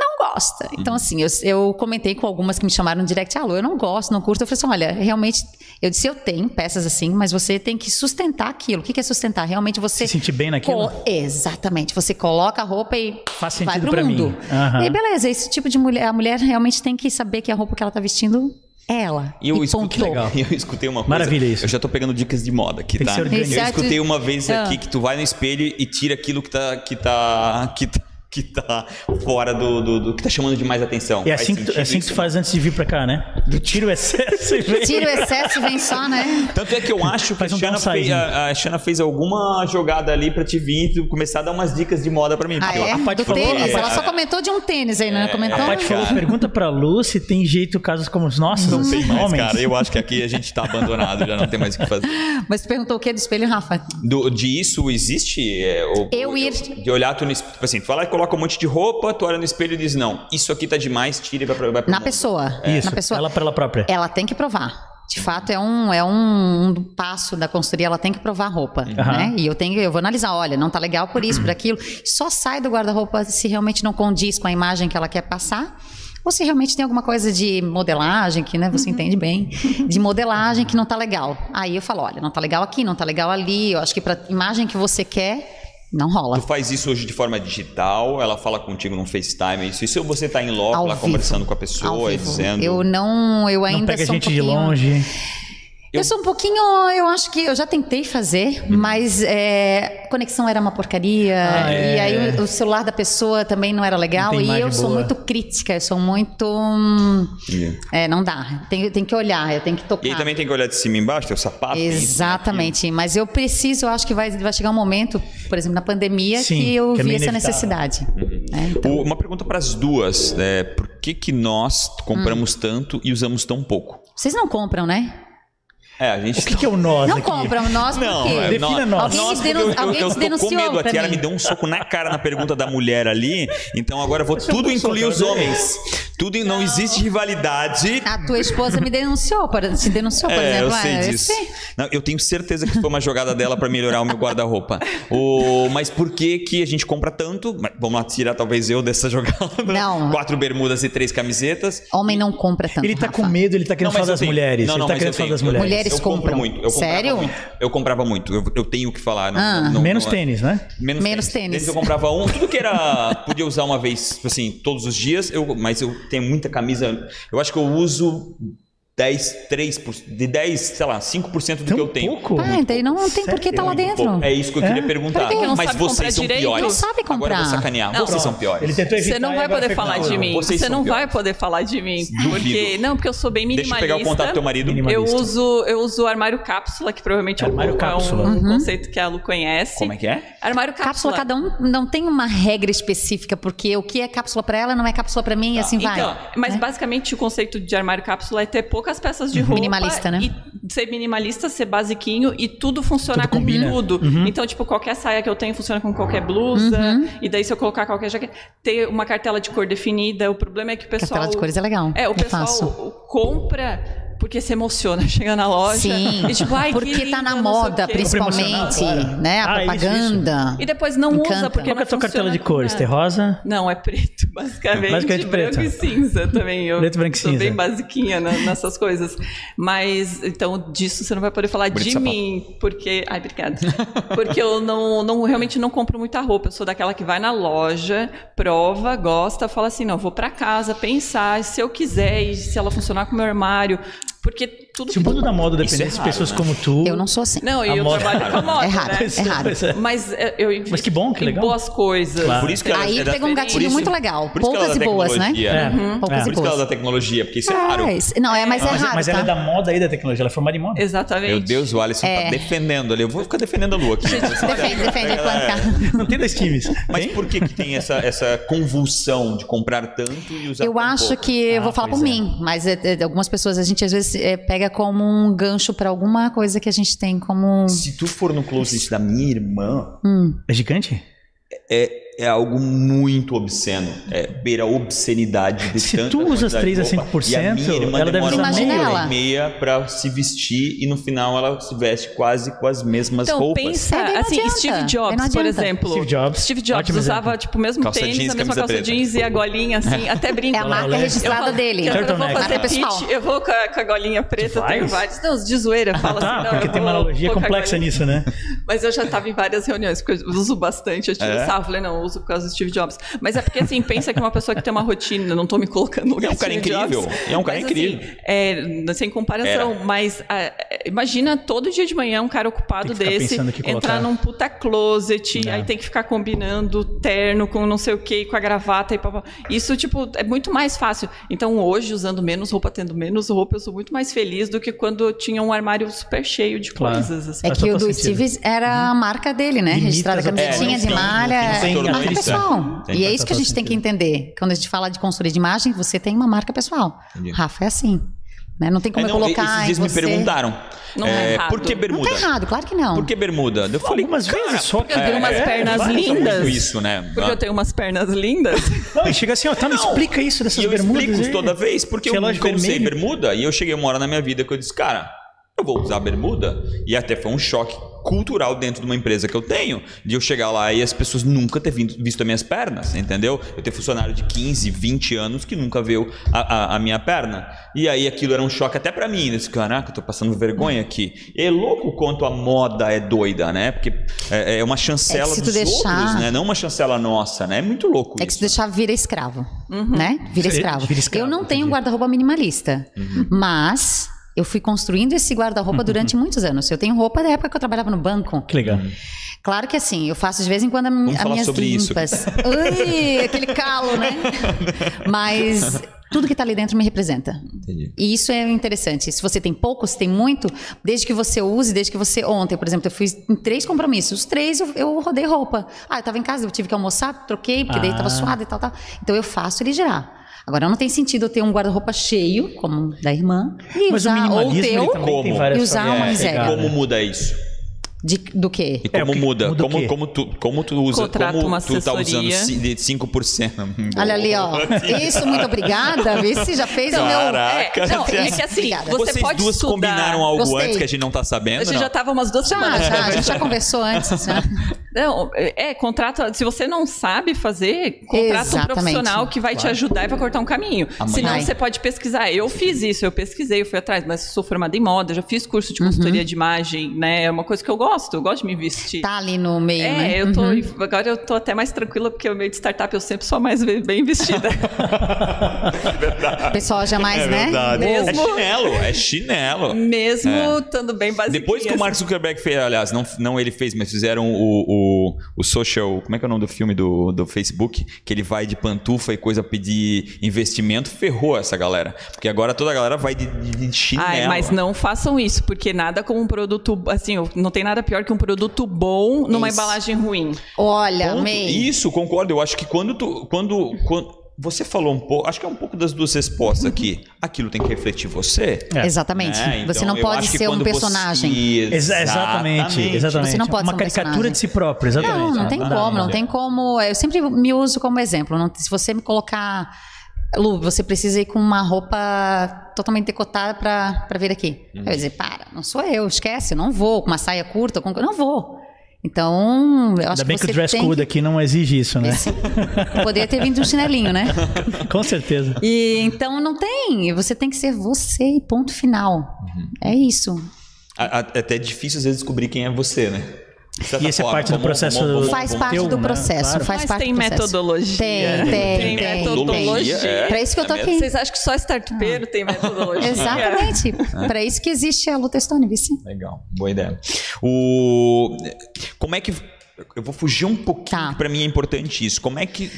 não gosta. Então, Uhum. assim, eu, eu comentei com algumas que me chamaram no direct, alô, eu não gosto, não curto. Eu falei assim, olha, realmente, eu disse, eu tenho peças assim, mas você tem que sustentar aquilo. O que que é sustentar? Realmente você... Se sentir bem naquilo? Co- Exatamente. Você coloca a roupa e Faz vai sentido pro pra mim. mundo. Aham. E aí, beleza, esse tipo de mulher, a mulher realmente tem que saber que a roupa que ela tá vestindo é ela. E eu, escutei, ponto. legal. eu escutei uma coisa. Maravilha isso. Eu já tô pegando dicas de moda Tem aqui, que tá? ser organizado. Eu escutei uma vez Ah. aqui que tu vai no espelho e tira aquilo que tá. que tá. que tá, que tá fora do, do, do- que tá chamando de mais atenção. É Faz assim, que tu, sentido é assim que isso? tu faz antes de vir pra cá, né? Do tiro o excesso e vem. Tira o excesso, vem só, né? Tanto é que eu acho que Faz a, um Xana downsizing. fez, a, a Xana fez alguma jogada ali pra te vir e tu começar a dar umas dicas de moda pra mim. Ah, porque eu- é? Paty Do falou- tênis. a Ela Paty- só comentou de um tênis aí, né? Comentou. A Paty falou, pergunta pra Lu se tem jeito casos como os nossos, Não tem mais, homens. cara. Eu acho que aqui a gente tá abandonado, já não tem mais o que fazer. Mas perguntou o que do espelho, Rafa? Do, de isso existe? é, o- Eu ir- De olhar tu no espelho. Tipo assim, tu vai lá e coloca um monte de roupa, tu olha no espelho e diz: não, isso aqui tá demais, tira e vai pra. Vai pro Na mundo." pessoa. Isso, Na pessoa. É. ela pra ela própria. Ela tem que provar. De fato, é um, é um, um passo da consultoria, ela tem que provar a roupa, Uhum. né? E eu tenho, eu vou analisar, olha, não tá legal por isso, por aquilo. Só sai do guarda-roupa se realmente não condiz com a imagem que ela quer passar. Ou se realmente tem alguma coisa de modelagem, que né, você entende bem, de modelagem que não tá legal. Aí eu falo, olha, não tá legal aqui, não tá legal ali, eu acho que pra imagem que você quer, não rola. Tu faz isso hoje de forma digital, ela fala contigo num FaceTime, isso. Isso você tá em loco Ao lá vivo. conversando com a Ao pessoa e vivo. dizendo. Eu não, eu ainda é não pega sou um gente de pouquinho- longe. Eu... sou um pouquinho, eu acho que eu já tentei fazer, mas é, conexão era uma porcaria Ah, é. e aí o, o celular da pessoa também não era legal Não tem e eu imagem sou boa. muito crítica, eu sou muito, hum, Yeah. é, não dá, tem, tem que olhar, eu tenho que tocar. E aí também tá né? tem que olhar de cima e embaixo, teu sapato. tem isso, Exatamente, mas eu preciso, eu acho que vai, vai chegar um momento, por exemplo, na pandemia, Sim, que eu que é vi meio essa inevitável. necessidade. né? Então, O- Uma pergunta para as duas: é, por que, que nós compramos tanto e usamos tão pouco? vocês não compram, né? É, a gente O que, que é o nós Não aqui? compram, nós Não, por quê? é, Defina nós. Alguém Nós, nos porque denun- eu, eu, alguém eu tô nos com denunciou medo pra aqui, ela mim. me deu um soco na cara na pergunta da mulher ali, então agora eu vou é um tudo incluir os Bolsonaro, né? homens. Tudo em- não existe rivalidade. A tua esposa me denunciou, por, se denunciou, Tá, por É, exemplo. eu sei Ah, disso. sei. Não, eu tenho certeza que foi uma jogada dela pra melhorar o meu guarda-roupa. O- Mas por que que a gente compra tanto? Mas Vamos lá tirar talvez eu dessa jogada. Não. Quatro bermudas e três camisetas. Homem não compra tanto. Ele tá Rafa. com medo, ele tá querendo Não, mas falar eu das tenho. mulheres. Não, não, ele tá mas querendo eu falar tenho. das mulheres. Mulheres eu compro compram. muito. Eu comprava Sério? muito. Eu comprava muito. Eu, eu tenho que falar. não- Ah. não- Menos não- tênis, né? Menos, Menos tênis. tênis. Eu comprava um, tudo que era. Podia usar uma vez, tipo assim, todos os dias, eu, mas eu tenho muita camisa. Eu acho que eu uso 10, 3, por- de 10, sei lá, 5% do Tão que eu tenho. pouco? Ah, então ele não tem Sério? por que tá lá um dentro. Pô, É isso que eu É? queria perguntar. Por que não Mas sabe comprar vocês são direito? piores. Não sabe Agora eu comprar. vou sacanear. Não. Vocês são piores. Ele tentou evitar Você não e vai agora poder fez- falar de mim. Vocês Você são não vai piores. poder falar de mim. Duvido. Porque. Não, porque eu sou bem Deixa eu minimalista. pegar o contato do teu marido. Minimalista. Eu uso, eu uso o armário cápsula, que provavelmente Armário é um, cápsula. Uhum. um conceito que a Lu conhece. Como é que é? Armário Cápsula, cápsula. cada um não tem uma regra específica, porque o que é cápsula pra ela não é cápsula pra mim, e assim vai. Então, mas né? basicamente o conceito de armário cápsula é ter poucas peças de roupa. Minimalista, né? E ser minimalista, ser basiquinho e tudo funcionar Tudo combina. Uhum. com tudo. Então, tipo, qualquer saia que eu tenho funciona com qualquer Uhum. blusa. E daí, se eu colocar qualquer jaqueta, ter uma cartela de cor definida. O problema é que o pessoal. Cartela de cores é legal. É, o eu pessoal faço. compra. Porque se emociona, chega na loja. Sim, E tipo, ai, que porque tá lindo, na não sei o moda, quê. Compra principalmente, emocional, claro. né? A Ah, isso, propaganda. E depois não usa Encanta. porque Qual Qual que é a não tua cartela funciona de com cores? nada. Tem rosa? Não, é preto, basicamente. Basicamente branco preto. e cinza também. Eu Preto, branco e sou cinza. bem basiquinha na- nessas coisas. Mas, então, disso você não vai poder falar Bonito de sapato. mim, porque... Ai, obrigada. Porque eu não, não- realmente não compro muita roupa. Eu sou daquela que vai na loja, prova, gosta, fala assim, não, vou pra casa pensar, se eu quiser e se ela funcionar com o meu armário. Porque tudo... Se o mundo da moda Isso é dependesse de raro, pessoas né? como tu. Eu não sou assim. Não, e A eu moda- trabalho com a moda, É raro, né? é raro. Pois é. Mas é, eu investi Mas que bom, que em legal. boas coisas. Claro. Por isso que ela- Aí é da- pega um por gatilho isso- muito legal. por isso que ela é Poucas da e boas, né? tecnologia, É. Poucas Por e isso que ela é boas. da tecnologia, porque isso é raro. Ah, isso- Não, é, mas é Mas, raro. mas ela tá? é da moda e da tecnologia, ela é formada em moda. Exatamente. Meu Deus, o Alisson tá defendendo ali. Eu vou ficar defendendo a Lu aqui. É. Defende, defende, é Ela é- plantar. Não tem dois times. Mas Tem? por que, que tem essa, essa convulsão de comprar tanto e usar Eu tão acho um pouco? que, eu Ah, vou falar pois por é. mim, mas é, é, algumas pessoas a gente às vezes é, pega como um gancho pra alguma coisa que a gente tem como. Se tu for no closet da minha irmã, É gigante? é, é algo muito obsceno. É beira a obscenidade de Se tanta tu usa os quantidade de 3 a roupa. 5%, E a minha irmã ela deve demora usar uma meia. hora Imagina e meia pra se vestir e no final ela se veste quase com as mesmas Então, roupas. pensa, É, daí não assim, adianta. Steve Daí não Jobs, por adianta. exemplo. Steve Jobs. Steve Jobs Ótimo usava, exemplo. tipo, o mesmo Calça tênis, jeans, a mesma camisa calça preta. jeans e a golinha, assim, até brinco. É a marca registrada falo- é dele. Eu, falo, vou Turtleneck. fazer Marca pessoal. pitch, eu vou com a, com a golinha preta, eu faz? tenho vários. Não, de zoeira, fala Tá, assim, não, porque eu tem uma vou- analogia vou com a complexa golinha. nisso, né? Mas eu já estava em várias reuniões, porque eu uso bastante. Eu tive É? sarro, falei, não, eu uso por causa do Steve Jobs. Mas é porque, assim, pensa que uma pessoa que tem uma rotina, não tô me colocando no lugar É um do cara Steve incrível, Jobs, é um cara mas, incrível. assim, é, sem comparação, mas ah, é, imagina todo dia de manhã um cara ocupado Tem que ficar desse pensando que colocar. entrar num puta closet, É. aí tem que ficar combinando terno com não sei o que, com a gravata e papá. Isso, tipo, é muito mais fácil. Então, hoje, usando menos roupa, tendo menos roupa, eu sou muito mais feliz do que quando eu tinha um armário super cheio de Claro. coisas, assim. É Faz que o total do sentido. Steve era a marca dele, né? Limita Registrada as opções. camisetinha É, de não tem- malha. não tem Tem marca isso, é. pessoal. Tem e é total isso que a gente tem que sentido. entender. Quando a gente fala de consultoria de imagem, você tem uma marca pessoal. Entendi. Rafa é assim. né? Não tem como É, eu não, colocar. esses em dias me você. perguntaram. é, Não tá errado. por que Não Não tá bermuda? tá errado, claro que não. Por que bermuda? Eu falei, Algumas cara, vezes só. porque eu tenho umas pernas vai, muito lindas. isso, né? Porque eu tenho umas pernas lindas. Não, e chega assim, ó, tá, me Não. explica isso E dessas eu bermudas. explico isso aí. toda vez, porque eu Relógio nunca usei vermelho. bermuda e eu cheguei uma hora na minha vida que eu disse, cara, eu vou usar bermuda. E até foi um choque cultural dentro de uma empresa que eu tenho, de eu chegar lá e as pessoas nunca ter vindo- visto as minhas pernas, entendeu? Eu tenho funcionário de 15, 20 anos que nunca viu a, a- a minha perna. E aí aquilo era um choque até pra mim. Eu disse, caraca, eu tô passando vergonha aqui. E é louco o quanto a moda é doida, né? Porque é, é uma chancela se tu dos deixar- outros, né? Não uma chancela nossa, né? É muito louco É que isso. se deixar vira escravo, né? Vira Você escravo. vira escravo, Eu não tenho um entendi. guarda-roupa minimalista, mas eu fui construindo esse guarda-roupa durante muitos anos. Eu tenho roupa da época que eu trabalhava no banco. Que legal. Claro que assim, eu faço de vez em quando a, mi- Vamos as falar minhas sobre isso. limpas. Ui, aquele calo, né? Mas tudo que tá ali dentro me representa. Entendi. E isso é interessante. Se você tem pouco, se tem muito, desde que você use, desde que você. Ontem, por exemplo, eu fui em três compromissos. Os três eu, eu rodei roupa. Ah, eu tava em casa, eu tive que almoçar, troquei, porque daí Ah. tava suada e tal, tal. Então eu faço ele girar. Agora não tem sentido eu ter um guarda-roupa cheio, como o da irmã, e Mas o usar ou o minimalismo ele teu também tem Como? várias e usar formas uma de miséria. chegar, né? É, Como muda isso? de, do quê? E É, como o que- muda? muda o como, quê? como, tu, como tu usa? Contrata como uma tu tá usando assessoria. ci- de 5%? Olha ali, ó. Isso, muito obrigada. Vê se já fez o meu. Caraca. É, não, Não, é que assim, Obrigada. você Vocês pode duas estudar. combinaram algo Gostei. antes que a gente não tá sabendo? A gente não? já tava umas duas Já, semanas. é já, a gente já conversou antes. né? Já. Não, é, é, contrata. Se você não sabe fazer, contrata Exatamente. um profissional que vai te ajudar e vai cortar um caminho. Amanhã. Senão Vai. você pode pesquisar. Eu fiz isso, eu pesquisei, eu fui atrás, mas sou formada em moda, já fiz curso de consultoria de imagem, né? É uma coisa que eu gosto, eu gosto de me vestir. Uhum. Tá ali no meio, É, né? eu tô, Uhum. agora eu tô até mais tranquila, porque o meio de startup eu sempre sou a mais ve- bem vestida. O pessoal jamais, né? É Mesmo- chinelo, é Hum, chinelo. Mesmo estando bem basiquinha. É. Depois que o Mark Zuckerberg fez, aliás, não, não ele fez, mas fizeram o, o, o social. Como é que é o nome do filme do, do Facebook? Que ele vai de pantufa e coisa pedir investimento, ferrou essa galera. Porque agora toda a galera vai de, de- de chinelo. Ai, mas não façam isso, porque nada como um produto. Assim, não tem nada pior que um produto bom numa Isso. embalagem ruim. Olha, Ponto. amei. Isso, concordo. Eu acho que quando tu. Quando, quando- você falou um pouco. Acho que é um pouco das duas respostas aqui. Aquilo tem que refletir você. É. Exatamente. né? você Então, não eu pode acho que ser um quando você- personagem. Exa- Exatamente, exatamente. Você não pode Uma ser um caricatura personagem. de si próprio, exatamente. Não, não tem Ah, Dá, como, dá. é. não tem como. Eu sempre me uso como exemplo. não- se você me colocar. Lu, você precisa ir com uma roupa totalmente decotada pra, pra vir aqui. Eu vou dizer, para, não sou eu, esquece, não vou. Com uma saia curta, com... não vou. Então, eu acho Ainda bem que que o você dress tem code aqui não exige isso, né? que... Poderia ter vindo um chinelinho, né? Com certeza. E, então não tem. Você tem que ser você e ponto final. Uhum. É isso. A- a- até é difícil às vezes descobrir quem é você, né? De certa E essa é parte do processo- Bom, faz bom parte teu, do né? processo. Claro. Faz Mas parte tem do processo. metodologia. Tem, tem, tem. tem. metodologia, é. é. Pra isso que eu tô É aqui. Vocês acham que só startupeiro tem metodologia? Exatamente. É. Pra isso que existe a Lutestone, vice. Legal, boa ideia. O... Como é que. Eu vou fugir um pouquinho, Tá. que pra mim é importante isso. Como é que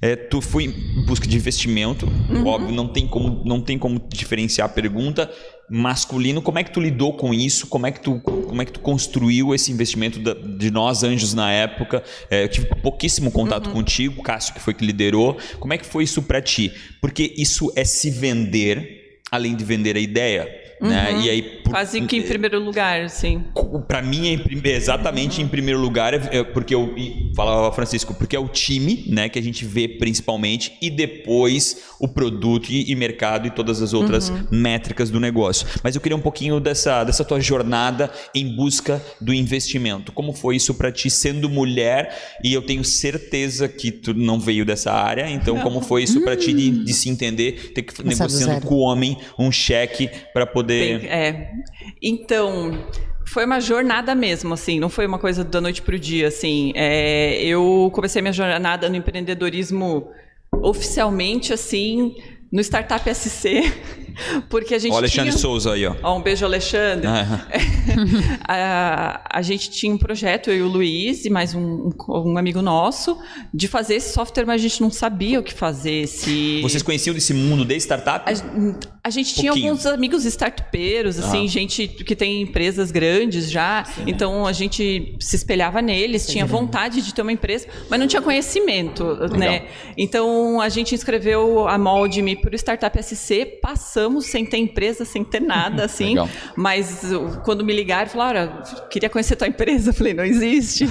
é, tu foi em busca de investimento? Óbvio, não tem, como, não tem como diferenciar a pergunta. Masculino, como é que tu lidou com isso? Como é que tu, como é que tu construiu esse investimento da- de nós, anjos, na época? É, eu tive pouquíssimo contato contigo, Cássio, que foi que liderou. Como é que foi isso pra ti? Porque isso é se vender, além de vender a ideia. Né? E aí, por- Quase que em primeiro lugar, assim. Pra mim, é em prim- exatamente em primeiro lugar, é- é porque eu e falava Francisco, porque é o time, né, que a gente vê principalmente e depois o produto e, e mercado e todas as outras Uhum. métricas do negócio. Mas eu queria um pouquinho dessa dessa tua jornada em busca do investimento. Como foi isso pra ti sendo mulher? E eu tenho certeza que tu não veio dessa área, então como foi isso pra ti Hum. de, de se entender, ter que Começar do negociando zero. com o homem um cheque pra poder Tem- é. Então, foi uma jornada mesmo, assim, não foi uma coisa da noite pro dia, assim. É, eu comecei minha jornada no empreendedorismo oficialmente, assim, no Startup SC, porque a gente Ó, Alexandre tinha... Souza aí, ó. Ó, um beijo, Alexandre. Ah, a, a gente tinha um projeto, eu e o Luiz e mais um, um amigo nosso, de fazer esse software, mas a gente não sabia o que fazer. Se... Vocês conheciam desse mundo de startup? A, a gente tinha Pouquinho. alguns amigos startupeiros, assim, Ah. gente que tem empresas grandes já. Então a gente se espelhava neles, tinha vontade de ter uma empresa, mas não tinha conhecimento, né? Então a gente inscreveu a Molde-me para o Startup SC, passamos sem ter empresa, sem ter nada, assim. Legal. Mas uh, quando me ligaram, falaram, olha, queria conhecer tua empresa. Eu falei, não existe.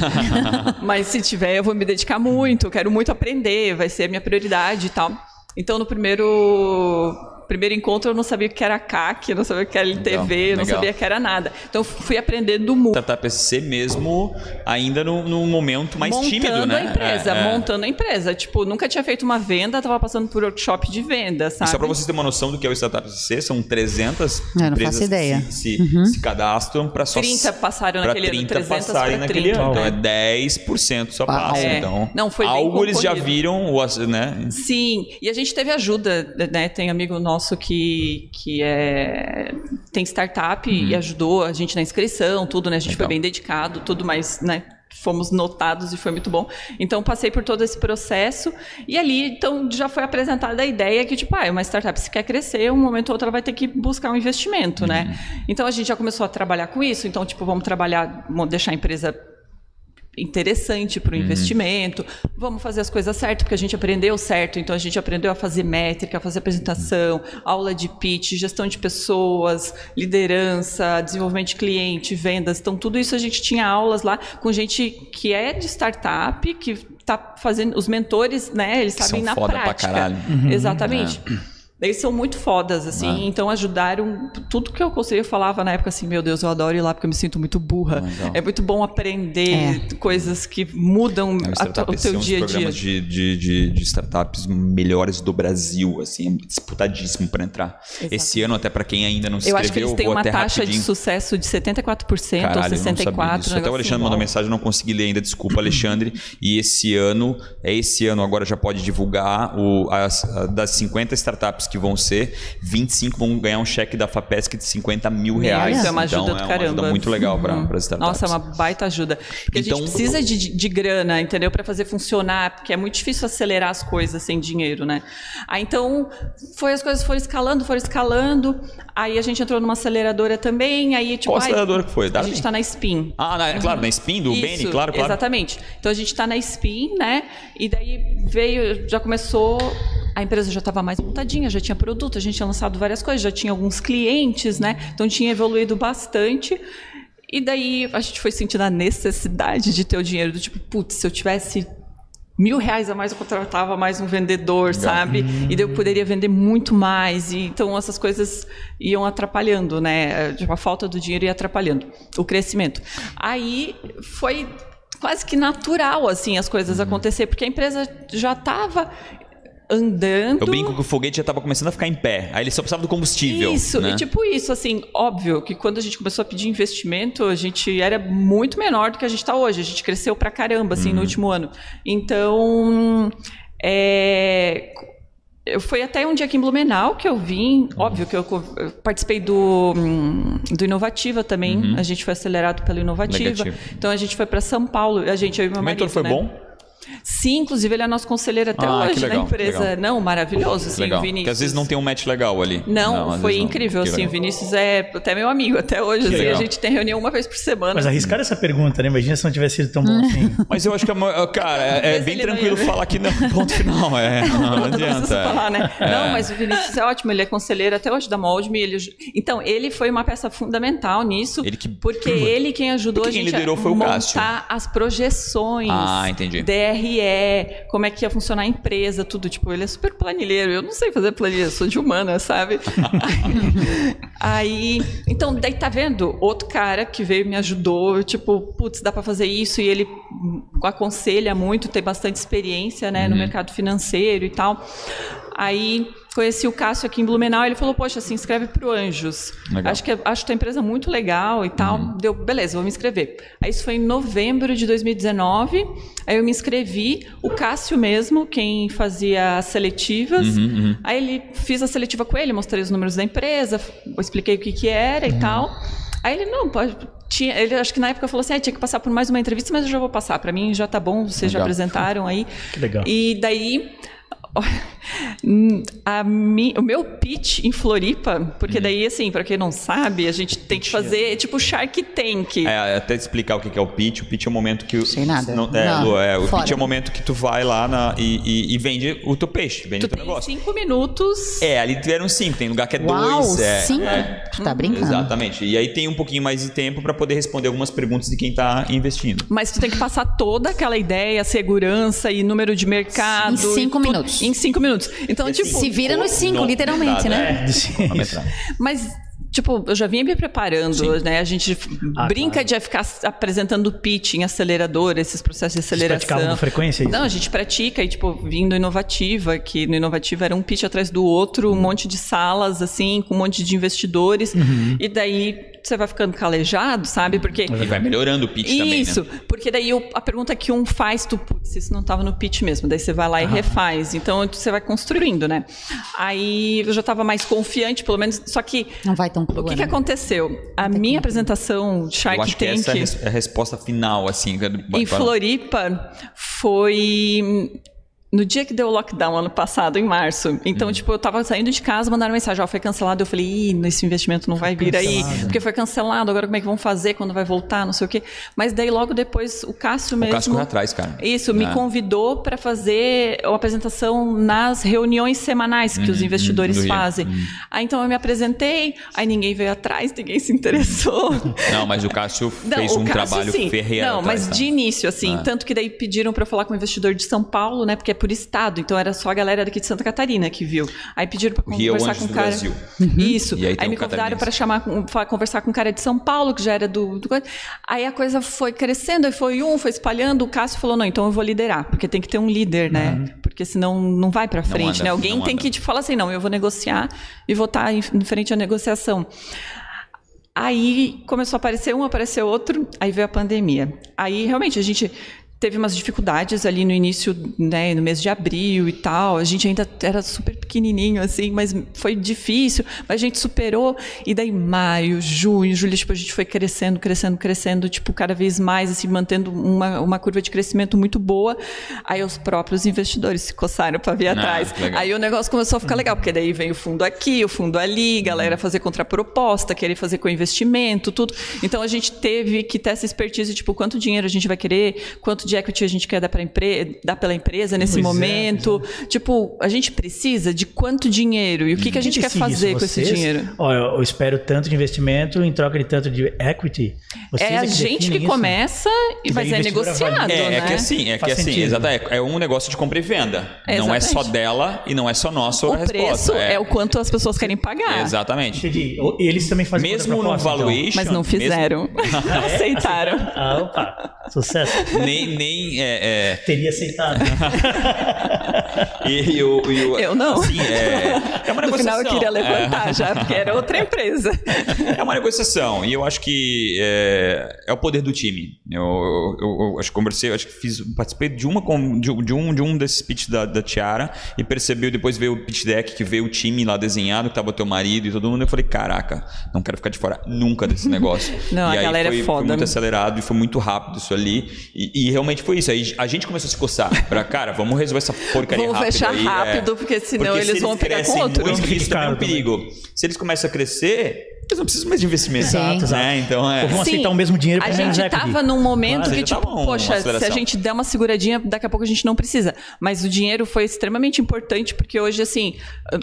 Mas se tiver, eu vou me dedicar muito, quero muito aprender, vai ser a minha prioridade e tal. Então, no primeiro primeiro encontro, eu não sabia o que era CAC, eu não sabia o que era LTV, eu não legal. Tá sabia o que era nada. Então, eu fui aprendendo muito. Startup SC mesmo, ainda num, num momento mais montando tímido, né? a empresa, É, é. montando a empresa. Tipo, nunca tinha feito uma venda, tava passando por workshop de venda, E sabe? só para vocês terem uma noção do que é o Startup SC, são 300 Eu não empresas faço ideia. Uhum. que se, se- se cadastram para só... 30 passaram pra naquele ano, 30 300 passarem pra naquele 30. ano. Então é 10% só Uau. passa. É. Então, Não, foi bem algo eles já concorrido. viram, o ass- né? Sim, e a gente teve ajuda, né? Tem amigo nosso que, que é, tem startup e ajudou a gente na inscrição, tudo, né? A gente Legal. foi bem dedicado, tudo mais, né? Fomos notados e foi muito bom. Então, passei por todo esse processo. E ali, então, já foi apresentada a ideia que, tipo, ah, uma startup se quer crescer, um momento ou outro ela vai ter que buscar um investimento, né? Então, a gente já começou a trabalhar com isso. Então, tipo, vamos trabalhar, vamos deixar a empresa interessante Uhum. para o investimento. Vamos fazer as coisas certo, porque a gente aprendeu certo. Então a gente aprendeu a fazer métrica, a fazer apresentação, aula de pitch, gestão de pessoas, liderança, desenvolvimento de cliente, vendas. Então tudo isso a gente tinha aulas lá com gente que é de startup, que está fazendo os mentores, né? Eles Que sabem são na foda pra prática. caralho. Exatamente. É. Eles são muito fodas, assim, então ajudaram tudo que eu conseguia. Eu falava na época assim: meu Deus, eu adoro ir lá porque eu me sinto muito burra. Legal. É muito bom aprender coisas que mudam É, O a tua- Startup o SC é um teu dos dia a dia. programas de, de, de, de startups melhores do Brasil, assim, é disputadíssimo para entrar. Esse ano, até para quem ainda não se inscreveu, Eu acho que eles eu têm vou uma até taxa rapidinho. de sucesso de 74% Caralho, eu ou não sabia 64%. disso. Até um o negócio Alexandre assim, mandou bom. mensagem, não consegui ler ainda. Desculpa, Alexandre. E esse ano, é esse ano agora já pode divulgar o, as- a- das 50 startups que vão ser, 25 vão ganhar um cheque da FAPESC de 50 mil reais. Isso é uma ajuda então, do é uma caramba. ajuda muito legal para Uhum. as startups. Nossa, é uma baita ajuda. Porque a Então- gente precisa de, de grana, entendeu? Para fazer funcionar, porque é muito difícil acelerar as coisas sem dinheiro, né? Aí então, foi as coisas foram escalando, foram escalando. Aí a gente entrou numa aceleradora também. Aí, tipo, Qual ai, aceleradora que foi? a Darwin? gente está na Spin. Ah, na- claro, na Spin do Beni, Isso, claro, claro. Exatamente. Então a gente está na Spin, né? E daí veio, já começou. A empresa já estava mais montadinha, já tinha produto, a gente tinha lançado várias coisas, já tinha alguns clientes, né? Então tinha evoluído bastante. E daí a gente foi sentindo a necessidade de ter o dinheiro do tipo, putz, se eu tivesse mil reais a mais eu contratava mais um vendedor, sabe? E daí eu poderia vender muito mais. E, então essas coisas iam atrapalhando, né? Tipo, a falta do dinheiro ia atrapalhando o crescimento. Aí foi quase que natural, assim, as coisas acontecer, porque a empresa já estava andando. Eu brinco que o foguete já estava começando a ficar em pé. Aí ele só precisava do combustível. Isso, né? e tipo isso, assim, óbvio que quando a gente começou a pedir investimento, a gente era muito menor do que a gente está hoje. A gente cresceu pra caramba, assim, Uhum. no último ano. Então, é, eu- Foi até um dia aqui em Blumenau que eu vim. Óbvio que eu, co- eu participei do, hum, do Inovativa também. A gente foi acelerado pelo Inovativa. Uhum. Negativo. Então a gente foi para São Paulo. A gente, eu e meu o mentor marido, foi né? bom? Sim, inclusive ele é nosso conselheiro até Ah, que hoje legal, na empresa. legal. Não, maravilhoso, assim, legal. o Vinícius. Porque às vezes não tem um match legal ali. Não, às foi vezes não. incrível, Que assim, o legal. Vinícius é até meu amigo até hoje, assim, a legal. é gente tem reunião uma vez por semana. Mas arriscar essa pergunta, né? Imagina se não tivesse sido tão bom assim. Mas eu acho que, a ma- cara, é, é Talvez bem ele não tranquilo ia ver. falar que não, ponto final. É, não, Não adianta. precisa falar, né? Não, mas o Vinícius é ótimo, ele é conselheiro até hoje da Moldme. Ele... Então, ele foi uma peça fundamental nisso, Ele que- porque ele quem ajudou Porque a quem gente liderou a foi o montar Cássio. as projeções. Ah, entendi. DRE, como é que ia funcionar a empresa, tudo. Tipo, ele é super planilheiro. Eu não sei fazer planilha, eu sou de humana, sabe? Aí, então, daí tá vendo? Outro cara que veio e me ajudou, eu, tipo, putz, dá pra fazer isso, e ele hum, aconselha muito, tem bastante experiência, né, Uhum. no mercado financeiro e tal. Aí conheci o Cássio aqui em Blumenau, ele falou: "Poxa, se inscreve pro Anjos. Legal. Acho que acho tua empresa muito legal e tal". Uhum. Deu, beleza, vou me inscrever. Aí isso foi em novembro de 2019. Aí eu me inscrevi, o Cássio mesmo, quem fazia as seletivas, Uhum, uhum. Aí ele fiz a seletiva com ele, mostrei os números da empresa, f- expliquei o que que era Uhum. e tal. Aí ele não pode tinha, ele acho que na época falou assim, "Ah, tinha que passar por mais uma entrevista, mas eu já vou passar. Pra mim já tá bom, vocês já Legal. apresentaram aí. Que legal. E daí hum, a mi- o meu pitch em Floripa, porque daí assim, pra quem não sabe, a gente tem que fazer tipo Shark Tank. É, até explicar o que que é o pitch. O pitch é o momento que. o- Sei nada. Não, é, Não, Lu, é, o fora. pitch é o momento que tu vai lá na- e, e- e vende o teu peixe, vende o Tu teu tem é um negócio. cinco minutos. É, ali tiveram cinco, tem lugar que é Uau, dois. É, sim. é. Tu tá brincando. Exatamente. E aí tem um pouquinho mais de tempo para poder responder algumas perguntas de quem tá investindo. Mas tu tem que passar toda aquela ideia, segurança e número de mercado. Em cinco e tudo- minutos. Em cinco minutos. Então, tipo. Se vira nos cinco, Não, literalmente, nada, né? é. Cronometrado. Mas, tipo, eu já vinha me preparando, né? A gente f- Ah, brinca claro. de ficar s- apresentando pitch em acelerador, esses processos de Vocês praticavam aceleração. com frequência é isso? Não, a gente pratica e, tipo, vindo Inovativa, que no Inovativa era um pitch atrás do outro, Uhum. um monte de salas, assim, com um monte de investidores. Uhum. E daí você vai ficando calejado, sabe? Porque E vai melhorando o pitch Uhum. É também, né? Isso, porque daí o- a pergunta que um faz, tu, putz, isso não estava no pitch mesmo, daí você vai lá e refaz, então você vai construindo, né? Aí eu já estava mais confiante, pelo menos, só que Não vai tão o crua, que, que né? aconteceu? A minha apresentação Shark Eu acho que Tank essa é a res- é a resposta final, assim. que é do- em vai- vai lá. Floripa foi no dia que deu o lockdown ano passado, em março. Uhum. Então, tipo, eu tava saindo de casa, mandaram mensagem, ó, foi cancelado. Eu falei, ih, esse investimento não vai vir aí. Porque foi cancelado, agora como é que vão fazer, quando vai voltar, não sei o quê. Mas daí logo depois o Cássio O mesmo. Cássio correu atrás, cara. Isso, me Ah. convidou para fazer uma apresentação nas reuniões semanais que os Uhum, do investidores Rio. Uhum. fazem. Aí então eu me apresentei, aí ninguém veio atrás, ninguém se interessou. Não, mas o Cássio Não, fez o um Cássio, trabalho sim. ferreiro. Não, atrás, mas tá? de início, assim. Ah. Tanto que daí pediram pra eu falar com o investidor de São Paulo, né? Porque é por estado. Então era só a galera daqui de Santa Catarina que viu. Aí pediram pra O Rio é o conversar anjo com o do cara. Uhum. Brasil. Isso. E aí aí tem um me o convidaram catarinense. pra chamar, com- fa- conversar com o cara de São Paulo, que já era do, do. coisa. Aí a coisa foi crescendo, aí foi um, foi espalhando. O Cássio falou: não, então eu vou liderar. Porque tem que ter um líder, né? Porque senão não vai pra frente, anda, né? Alguém Uhum. não tem anda. que te falar assim: não, eu vou negociar e vou estar em em frente à negociação. Aí começou a aparecer um, apareceu outro, aí veio a pandemia. Aí realmente a gente teve umas dificuldades ali no início, né, no mês de abril e tal. A gente ainda era super pequenininho assim, mas foi difícil, mas a gente superou. E daí maio, junho, julho, tipo a gente foi crescendo, crescendo, crescendo, tipo cada vez mais assim, mantendo uma, uma curva de crescimento muito boa. Aí os próprios investidores se coçaram para vir Ah, atrás. que legal. Aí o negócio começou a ficar legal, porque daí vem o fundo aqui, o fundo ali, Uhum. galera fazer contraproposta, querer fazer com investimento, tudo. Então a gente teve que ter essa expertise, tipo, quanto dinheiro a gente vai querer, quanto de equity a gente quer dar, pra empre... dar pela empresa nesse Pois é, momento. Tipo, a gente precisa de quanto dinheiro e o que, que a gente Quem quer decide isso? fazer com esse Vocês? dinheiro. Ó, eu, eu espero tanto de investimento em troca de tanto de equity. Vocês é a que gente definem que isso? começa começa, E e mas mas daí é é a investidora negociado, negociado, É, né? é que assim, é Faz que assim, sentido. exato, é, é um negócio de compra e venda. Não é Exatamente. só dela e não é só nossa a O resposta. preço é. o quanto as pessoas querem pagar. Exatamente. Entendi. O- Eles também fazem Mesmo no contraproposta, então. valuation. Mas não mesmo- fizeram. Não É. aceitaram. Ah, opa. Sucesso. nem. nem é, é, Teria aceitado. e, e o- e o- Eu não. Assim, é, é um No final negociação. eu queria É. levantar já, porque era outra empresa. É uma negociação. E eu acho que é, é o poder do time. Eu, eu- eu- eu acho que conversei, eu acho que fiz, participei de, uma, com- de, um- de um, de um desses pitch da, da Tiara e percebi, depois veio o pitch deck, que veio o time lá desenhado, que tava teu marido e todo mundo. Eu falei, caraca, não quero ficar de fora nunca desse negócio. Não, e a aí galera é foi, foda. Foi muito acelerado e foi muito rápido isso ali. E, e realmente foi isso. Aí a gente começou a se coçar pra, cara, vamos resolver essa porcaria Vamos rápido fechar aí, é. rápido, porque senão Porque eles se vão pegar com crescem outro. muito, isso também é um Claro, também. perigo. Se eles começam a crescer, eles não precisam mais de investimento. Sim. Exato, exato. Né? Então é. Ou vão Sim, aceitar o mesmo dinheiro A pra gente ganhar equity. tava num momento Claro, que, já tipo, tava tá uma poxa, se a aceleração. gente der uma seguradinha, daqui a pouco a gente não precisa. Mas o dinheiro foi extremamente importante, porque hoje, assim,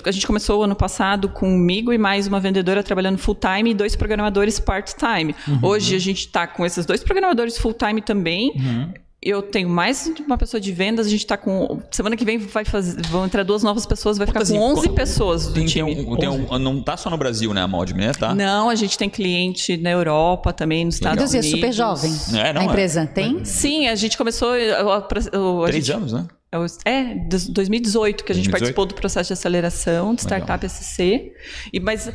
a gente começou o ano passado comigo e mais uma vendedora trabalhando full-time e dois programadores part-time. Uhum. Hoje a gente tá com esses dois programadores full-time também. Uhum. Eu tenho mais uma pessoa de vendas, a gente tá com. Semana que vem vai fazer, vão entrar duas novas pessoas, vai ficar Quantas com em- 11 quan- pessoas do Tem- tem time. um- tem um- não tá só no Brasil, né, a Mod, né? Tá? Não, a gente tem cliente na Europa também, nos Estados Produzir é Unidos. super jovem. É, não a é. empresa tem? Sim, a gente começou. eu- eu- eu- a Três gente- anos, né? eu- É, dos- 2018 que a 2018. gente participou do processo de aceleração de Legal. startup SC. E, mas uh,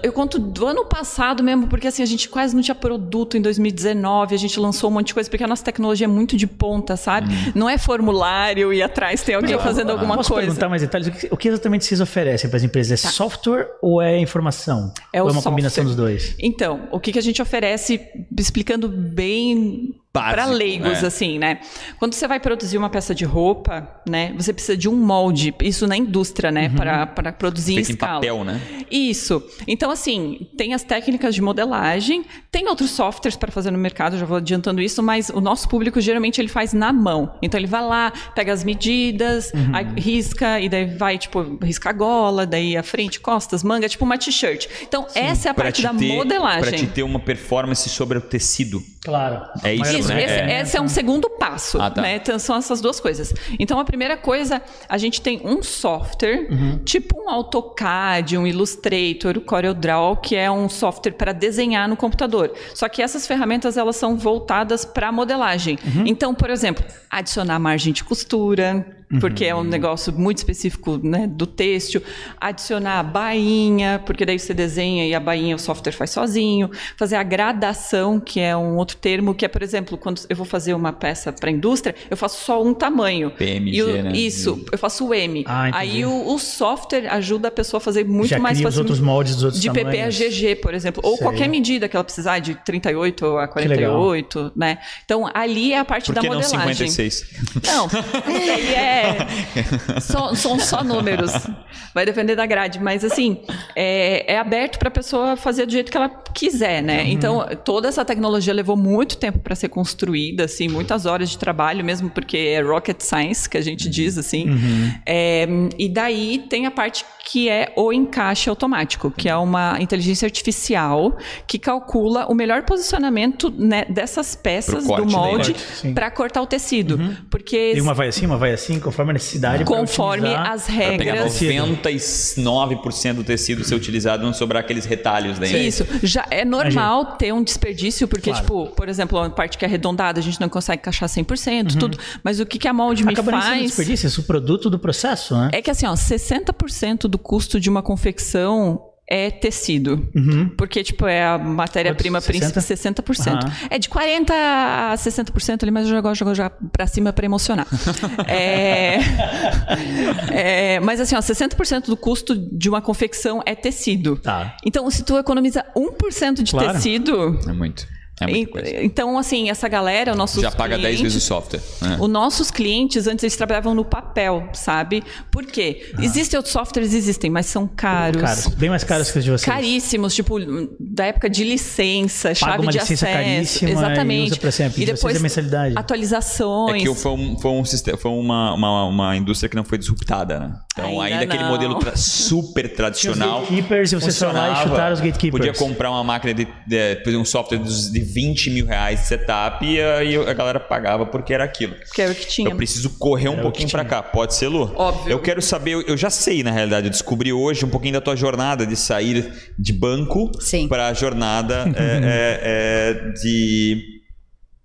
eu conto do ano passado mesmo, porque assim, a gente quase não tinha produto em 2019, a gente lançou um monte de coisa, porque a nossa tecnologia é muito de ponta, sabe? Não é formulário e atrás tem alguém fazendo alguma Hum. Posso coisa. perguntar mais detalhes? O que, o que exatamente vocês oferecem para as empresas? É Tá. software ou é informação? É o ou é uma software. combinação dos dois? Então, o que, que a gente oferece, explicando bem Básico, para leigos, né? assim, né? Quando você vai produzir uma peça de roupa, né? Você precisa de um molde, isso na indústria, Uhum. né? Para Para produzir Feito em em escala. papel, né? Isso. Então, assim, tem as técnicas de modelagem, tem outros softwares para fazer no mercado, já vou adiantando isso, mas o nosso público geralmente ele faz na mão. Então ele vai lá, pega as medidas, Uhum. aí risca, e daí vai, tipo, risca a gola, daí a frente, costas, manga, tipo uma t-shirt. Então, essa é a Pra parte te da ter- Pra te modelagem. ter uma performance sobre o tecido. Claro. É isso, Isso, né? esse, É. esse é um segundo passo, Ah, tá. né? Então, são essas duas coisas. Então, a primeira coisa, a gente tem um software, Uhum. tipo um AutoCAD, um Illustrator, o CorelDRAW, que é um software para desenhar no computador. Só que essas ferramentas, elas são voltadas para modelagem. Uhum. Então, por exemplo, adicionar margem de costura, porque Uhum. é um negócio muito específico né, do têxtil, adicionar a bainha, porque daí você desenha e a bainha o software faz sozinho, fazer a gradação, que é um outro termo, que é, por exemplo, quando eu vou fazer uma peça para a indústria, eu faço só um tamanho. PMG, E o- né? Isso, eu faço o M. Ah, entendi. Aí o, o software ajuda a pessoa a fazer muito Já mais cria os facilmente. outros moldes dos outros De PP a tamanhos. GG, por exemplo. Ou Sei. qualquer medida que ela precisar, de 38 a legal. 48, né? Então, ali é a parte Por da que não modelagem. 56? Não, isso aí é. São, são só números. Vai depender da grade. Mas, assim, é, é aberto para a pessoa fazer do jeito que ela quiser, né? Então, toda essa tecnologia levou muito tempo para ser construída, assim, muitas horas de trabalho mesmo, porque é rocket science, que a gente diz, assim. É, e daí tem a parte que é o encaixe automático, que é uma inteligência artificial que calcula o melhor posicionamento né, dessas peças corte, do né? molde Corte, sim. para cortar o tecido. Porque Uhum. E uma vai assim, uma vai assim, conforme a necessidade. pra conforme otimizar. as Pra pegar regras. Tecido. 99% do tecido ser utilizado e não sobrar aqueles retalhos daí. Isso, já é normal ter um desperdício, porque, Claro. tipo, por exemplo, a parte que é arredondada, a gente não consegue encaixar 100%, tudo. Mas o que, que a molde me Uhum. Acaba nem sendo faz. desperdício, isso é o produto do processo, né? É que assim, ó, 60% do custo de uma confecção é tecido. Uhum. Porque, tipo, é a matéria-prima Quantos? principal, 60%. Aham. É de 40% a 60% ali, mas eu já gosto, já gosto já pra cima pra emocionar. é... É, mas assim, ó, 60% do custo de uma confecção é tecido. Tá. Então, se tu economiza 1% de Claro. tecido... É muito. É en- muita coisa. Então, assim, essa galera, o nosso Já paga 10 vezes o software. né? os nossos clientes, antes, eles trabalhavam no papel, sabe? Por quê? Existem outros softwares, existem, mas são caros. Tá. Caros. Bem mais caros que os de vocês. Caríssimos, tipo, da época de licença, chave uma de licença acesso. caríssima e usa exatamente. pra sempre. E De vocês depois é mensalidade. atualizações. É que foi, um, foi, um, siste- foi uma, uma, uma indústria que não foi disruptada, né? Então, Ainda ainda, aquele não. modelo tra- super tradicional. gatekeepers, e vocês foram lá e funcionava. chutaram os gatekeepers. Podia comprar uma máquina de, de, por exemplo, um software dos- de 20 mil reais de setup e aí a galera pagava porque era aquilo. Porque era o que tinha. Eu preciso correr um Era É o pouquinho que pra tinha. cá. Pode ser, Lu? Óbvio. Eu quero saber, eu- eu já sei, na realidade, eu descobri hoje um pouquinho da tua jornada de sair de banco Sim. pra jornada é, é, é, de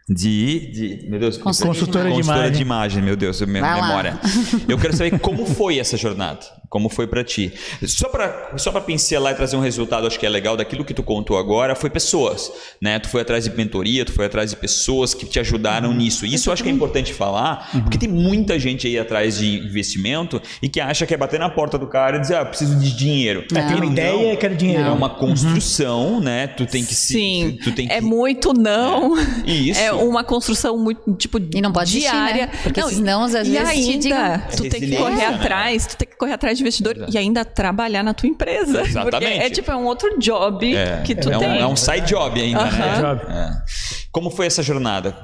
De, de- meu Deus, Consultoria Consultora de Consultora imagem. de imagem, meu Deus, minha Vai lá. memória. Eu quero saber como foi essa jornada, como foi pra ti. Só pra só para pincelar e trazer um resultado, acho que é legal daquilo que tu contou agora, foi pessoas, né? Tu foi atrás de mentoria, tu foi atrás de pessoas que te ajudaram nisso. Isso eu acho que é importante falar, porque tem muita gente aí atrás de investimento e que acha que é bater na porta do cara e dizer, ah, eu preciso de dinheiro. É, tem uma Não. ideia e quero dinheiro. É uma construção, né? Tu tem que se- Sim, tu tem que é muito não. Isso. É uma construção muito, tipo, E não pode desistir, né? diária. Porque senão, às e vezes, te ainda, digam- tu tem que resiliência, correr né? atrás, tu tem que correr atrás de investidor Exato. e ainda trabalhar na tua empresa. Porque Exatamente. É tipo, é um outro job que tu é tem. Um, é um side job ainda, né? Aham. Job. É. Como foi essa jornada?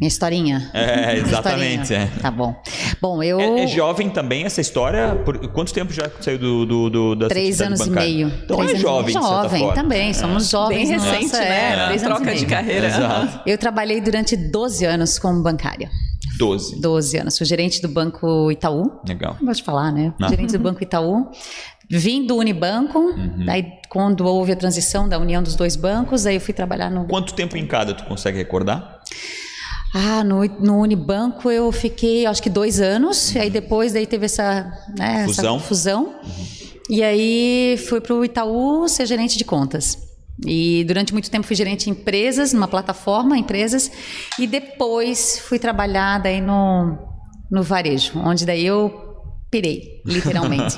Minha historinha. É, Minha exatamente, historinha. é. Tá bom. Bom, eu. É, é jovem também essa história? Por- quanto tempo já que saiu do, do, do da Três atividade anos e bancária? meio. Então é Três anos e meio. jovem, de certa Jovem forma. É. também, somos Bem jovens. na recente, nossa, né? É, Na três anos e troca de meio. carreira. Exato. Eu trabalhei durante 12 anos como bancária. 12. 12 anos. Fui gerente do Banco Itaú. Legal. Não pode falar, né? Não. Gerente do Banco Itaú. Vim do Unibanco. Uhum. Aí, quando houve a transição da união dos dois bancos, aí eu fui trabalhar no. Quanto tempo em cada tu consegue recordar? Ah, no, no Unibanco eu fiquei, acho que dois anos. E aí depois daí teve essa, né, essa Fusão. fusão. E aí fui para o Itaú ser gerente de contas. E durante muito tempo fui gerente de empresas, numa plataforma, empresas. E depois fui trabalhar daí no, no varejo, onde daí eu pirei, literalmente.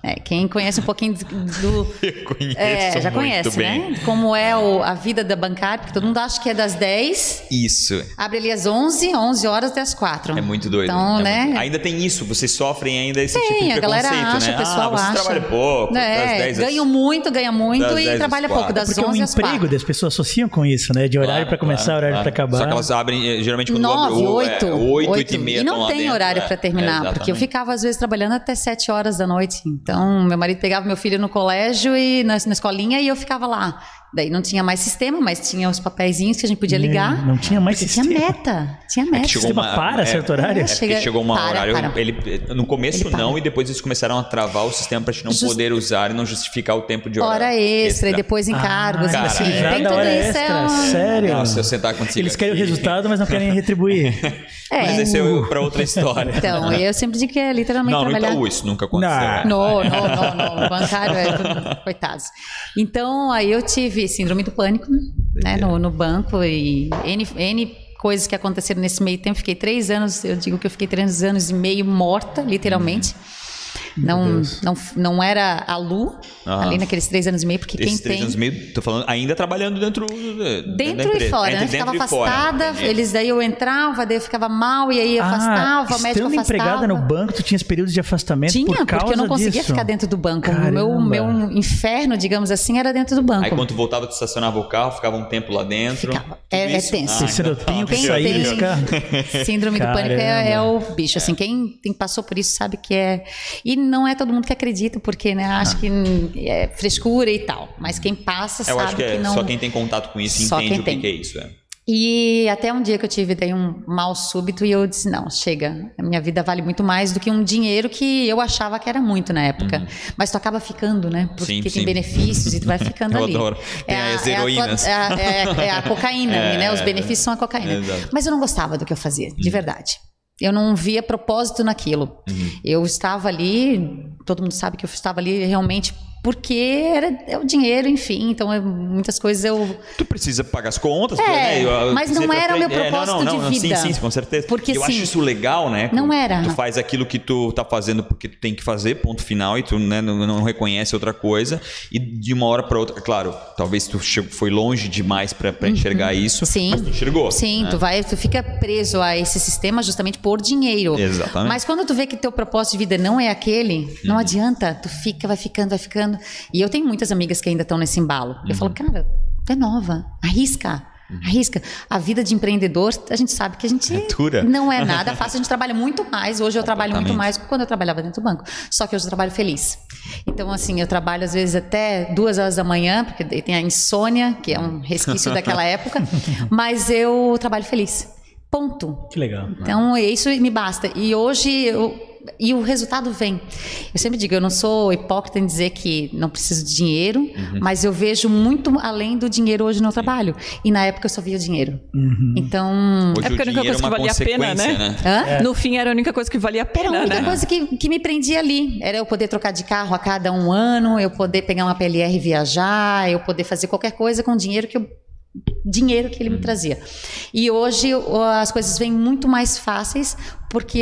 É, quem conhece um pouquinho do, Eu conheço é, já um muito conhece, bem. né? Como é o- a vida da bancária, porque todo mundo acha que é das 10 Isso. Abre ali às 11, 11 horas até às 4. É muito doido. Então, É né? muito- Ainda tem isso, vocês sofrem ainda esse tipo de Tem, a galera preconceito, acha, né? o pessoal ah, você acha. trabalha pouco, das 10 às- ganha Né? muito, ganha das muito 10 e às trabalha pouco, quatro. das Porque o 11 às 4. emprego das pessoas associam com isso, né? De horário Claro, pra começar, Ah, claro, horário claro. pra acabar. Hum, Só que elas abrem, eh, geralmente quando 9, abre o- 8, é, 8, 8 e meia. E tão não lá tem dentro, horário é. pra terminar, É, porque eu exatamente. ficava às vezes trabalhando até 7 horas da noite. Então, meu marido pegava meu filho no colégio e na, na escolinha e eu ficava lá. Daí não tinha mais sistema, mas tinha os papeizinhos que a gente podia Não, ligar. Né? não tinha mais porque sistema. Tinha meta, tinha É meta. que chegou sistema uma- para é, certo horário? É, Chega- porque chegou uma para, hora, eu- para. ele- no começo Ele para. não, e depois eles começaram a travar o sistema pra gente não Just- poder usar e não justificar o tempo de hora. Hora extra, e depois encargos. Ah, né? cara, assim, é. tem da tudo hora isso. É extra, um- sério? Não, se eu sentar contigo Eles querem o aqui. resultado, mas não querem retribuir. É. Mas esse é pra outra história. Então, eu sempre digo que é literalmente não, então, no trabalhar. Itaú isso nunca aconteceu. Não. né? Não, não, não, não. O bancário é tudo- coitados. Então, aí eu tive síndrome do pânico, né, no, no banco e N, N coisas que aconteceram nesse meio tempo. Fiquei três anos, eu digo que eu fiquei três anos e meio morta, literalmente. Uhum. Não, não, não era a Lu Ah. ali naqueles três anos e meio, porque Esses quem três tem anos e meio, tô falando, ainda trabalhando dentro eh, Dentro Dentro e fora, né? Ficava afastada, eles daí eu entrava, daí eu ficava mal, e aí afastava, o médico Ah, estando afastava. empregada no banco, tu tinhas períodos de afastamento Tinha, por causa porque eu não conseguia disso? ficar dentro do banco. O meu, Caramba. meu inferno, digamos assim, era dentro do banco. Aí quando tu voltava, tu estacionava o carro, ficava um tempo lá dentro. Ficava. Tudo É- é isso? tenso. Esse então aerotinho tá, que Quem melhor, saía tem desse melhor. carro. síndrome do pânico é, é Caramba. o bicho, assim, quem tem, passou por isso sabe que é. E não é todo mundo que acredita, porque, né, acho Ah. que hum, é frescura e tal. Mas quem passa Eu sabe acho que é não. só quem tem contato com isso Só entende o quem que, tem. que é isso. É. E até um dia que eu tive daí um mal súbito e eu disse: não, chega, a minha vida vale muito mais do que um dinheiro que eu achava que era muito na época. Mas tu acaba ficando, né? Porque Uhum. Sim, tem sim. benefícios e tu vai ficando Eu ali. adoro. Tem as a- é a tua- heroínas. É a, é a- é a cocaína, ali, né? Os benefícios são a cocaína. É, exato. Uhum. Mas eu não gostava do que eu fazia, de verdade. Eu não via propósito naquilo. Uhum. Eu estava ali, todo mundo sabe que eu estava ali realmente porque era, é o dinheiro, enfim. Então, eu- muitas coisas eu Tu precisa pagar as contas, É, né? Eu- eu mas não sempre era o meu aprendi- É, não, propósito não, de não, vida. Sim, sim, com certeza. Porque, eu sim. acho isso legal, né? Não Quando era. Tu faz aquilo que tu tá fazendo porque tu tem que fazer, ponto final, e tu né, não, não reconhece outra coisa. E de uma hora pra outra, claro, talvez tu che- foi longe demais pra, pra enxergar isso. Uhum. Sim. Mas tu enxergou. Né? Sim, tu vai, tu fica preso a esse sistema justamente por dinheiro. Exatamente. Mas quando tu vê que teu propósito de vida não é aquele, Uhum. não adianta, tu fica, vai ficando, vai ficando. E eu tenho muitas amigas que ainda estão nesse embalo. Eu falo, Uhum. cara, tu é nova, arrisca. Arrisca. A vida de empreendedor, a gente sabe que a gente É dura. não é nada fácil, a gente trabalha muito mais. Hoje eu trabalho muito Completamente. mais do que quando eu trabalhava dentro do banco. Só que hoje eu trabalho feliz. Então, assim, eu trabalho às vezes até duas horas da manhã, porque daí tem a insônia, que é um resquício daquela época, mas eu trabalho feliz. Ponto. Que legal. é Então, isso me basta. E hoje eu e o resultado vem. Eu sempre digo, eu não sou hipócrita em dizer que não preciso de dinheiro, mas eu vejo muito além do dinheiro hoje no trabalho. E na época eu só via o dinheiro. Uhum. Então, Hoje É porque o a única dinheiro é coisa uma que valia a pena, consequência, né? né? hã? No fim, era a única coisa que valia a Era a pena, única né? coisa que, que me prendia ali. Era eu poder trocar de carro a cada um ano, eu poder pegar uma PLR e viajar, eu poder fazer qualquer coisa com o dinheiro que eu dinheiro que ele me trazia. E hoje o- as coisas vêm muito mais fáceis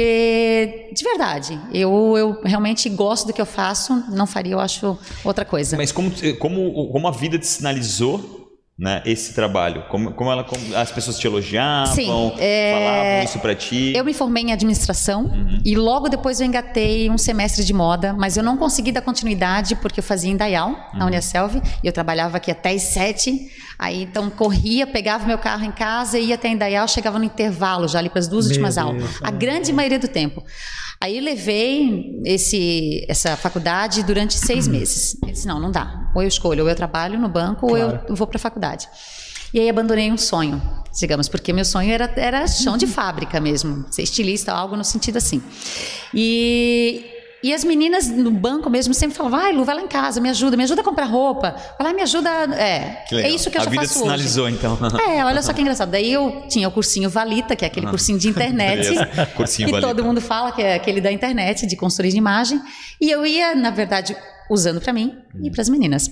porque de verdade, eu, eu realmente gosto do que eu faço, não faria, eu acho outra coisa. Mas como, como, como a vida te sinalizou né, esse trabalho? Como, como, ela, como as pessoas te elogiavam, Sim, é, falavam isso pra ti? Eu me formei em administração e logo depois eu engatei um semestre de moda, mas eu não consegui dar continuidade porque eu fazia em Dayal, Uhum. na Uniaselv, e eu trabalhava aqui até às sete. Aí então corria, pegava meu carro em casa, ia até em Dayal, chegava no intervalo já ali para as duas Meu últimas Deus, aulas. A cara. grande maioria do tempo. Aí eu levei esse, essa faculdade durante Uhum. seis meses. Eu disse, não, não dá. Ou eu escolho, ou eu trabalho no banco, ou Claro. eu vou para a faculdade. E aí abandonei um sonho, digamos, porque meu sonho era, era chão Uhum. de fábrica mesmo, ser estilista, algo no sentido assim. E, e as meninas no banco mesmo sempre falavam, ai Lu, vai lá em casa, me ajuda, me ajuda a comprar roupa, vai lá, me ajuda, é, Que é legal. isso que eu a já vida te faço hoje. sinalizou, então. É, olha só que engraçado. Daí eu tinha o cursinho Valita, que é aquele cursinho de internet. Beleza. Cursinho que Valita. todo mundo fala que é aquele da internet, de consultoria de imagem. E eu ia, na verdade, usando pra mim e pras meninas.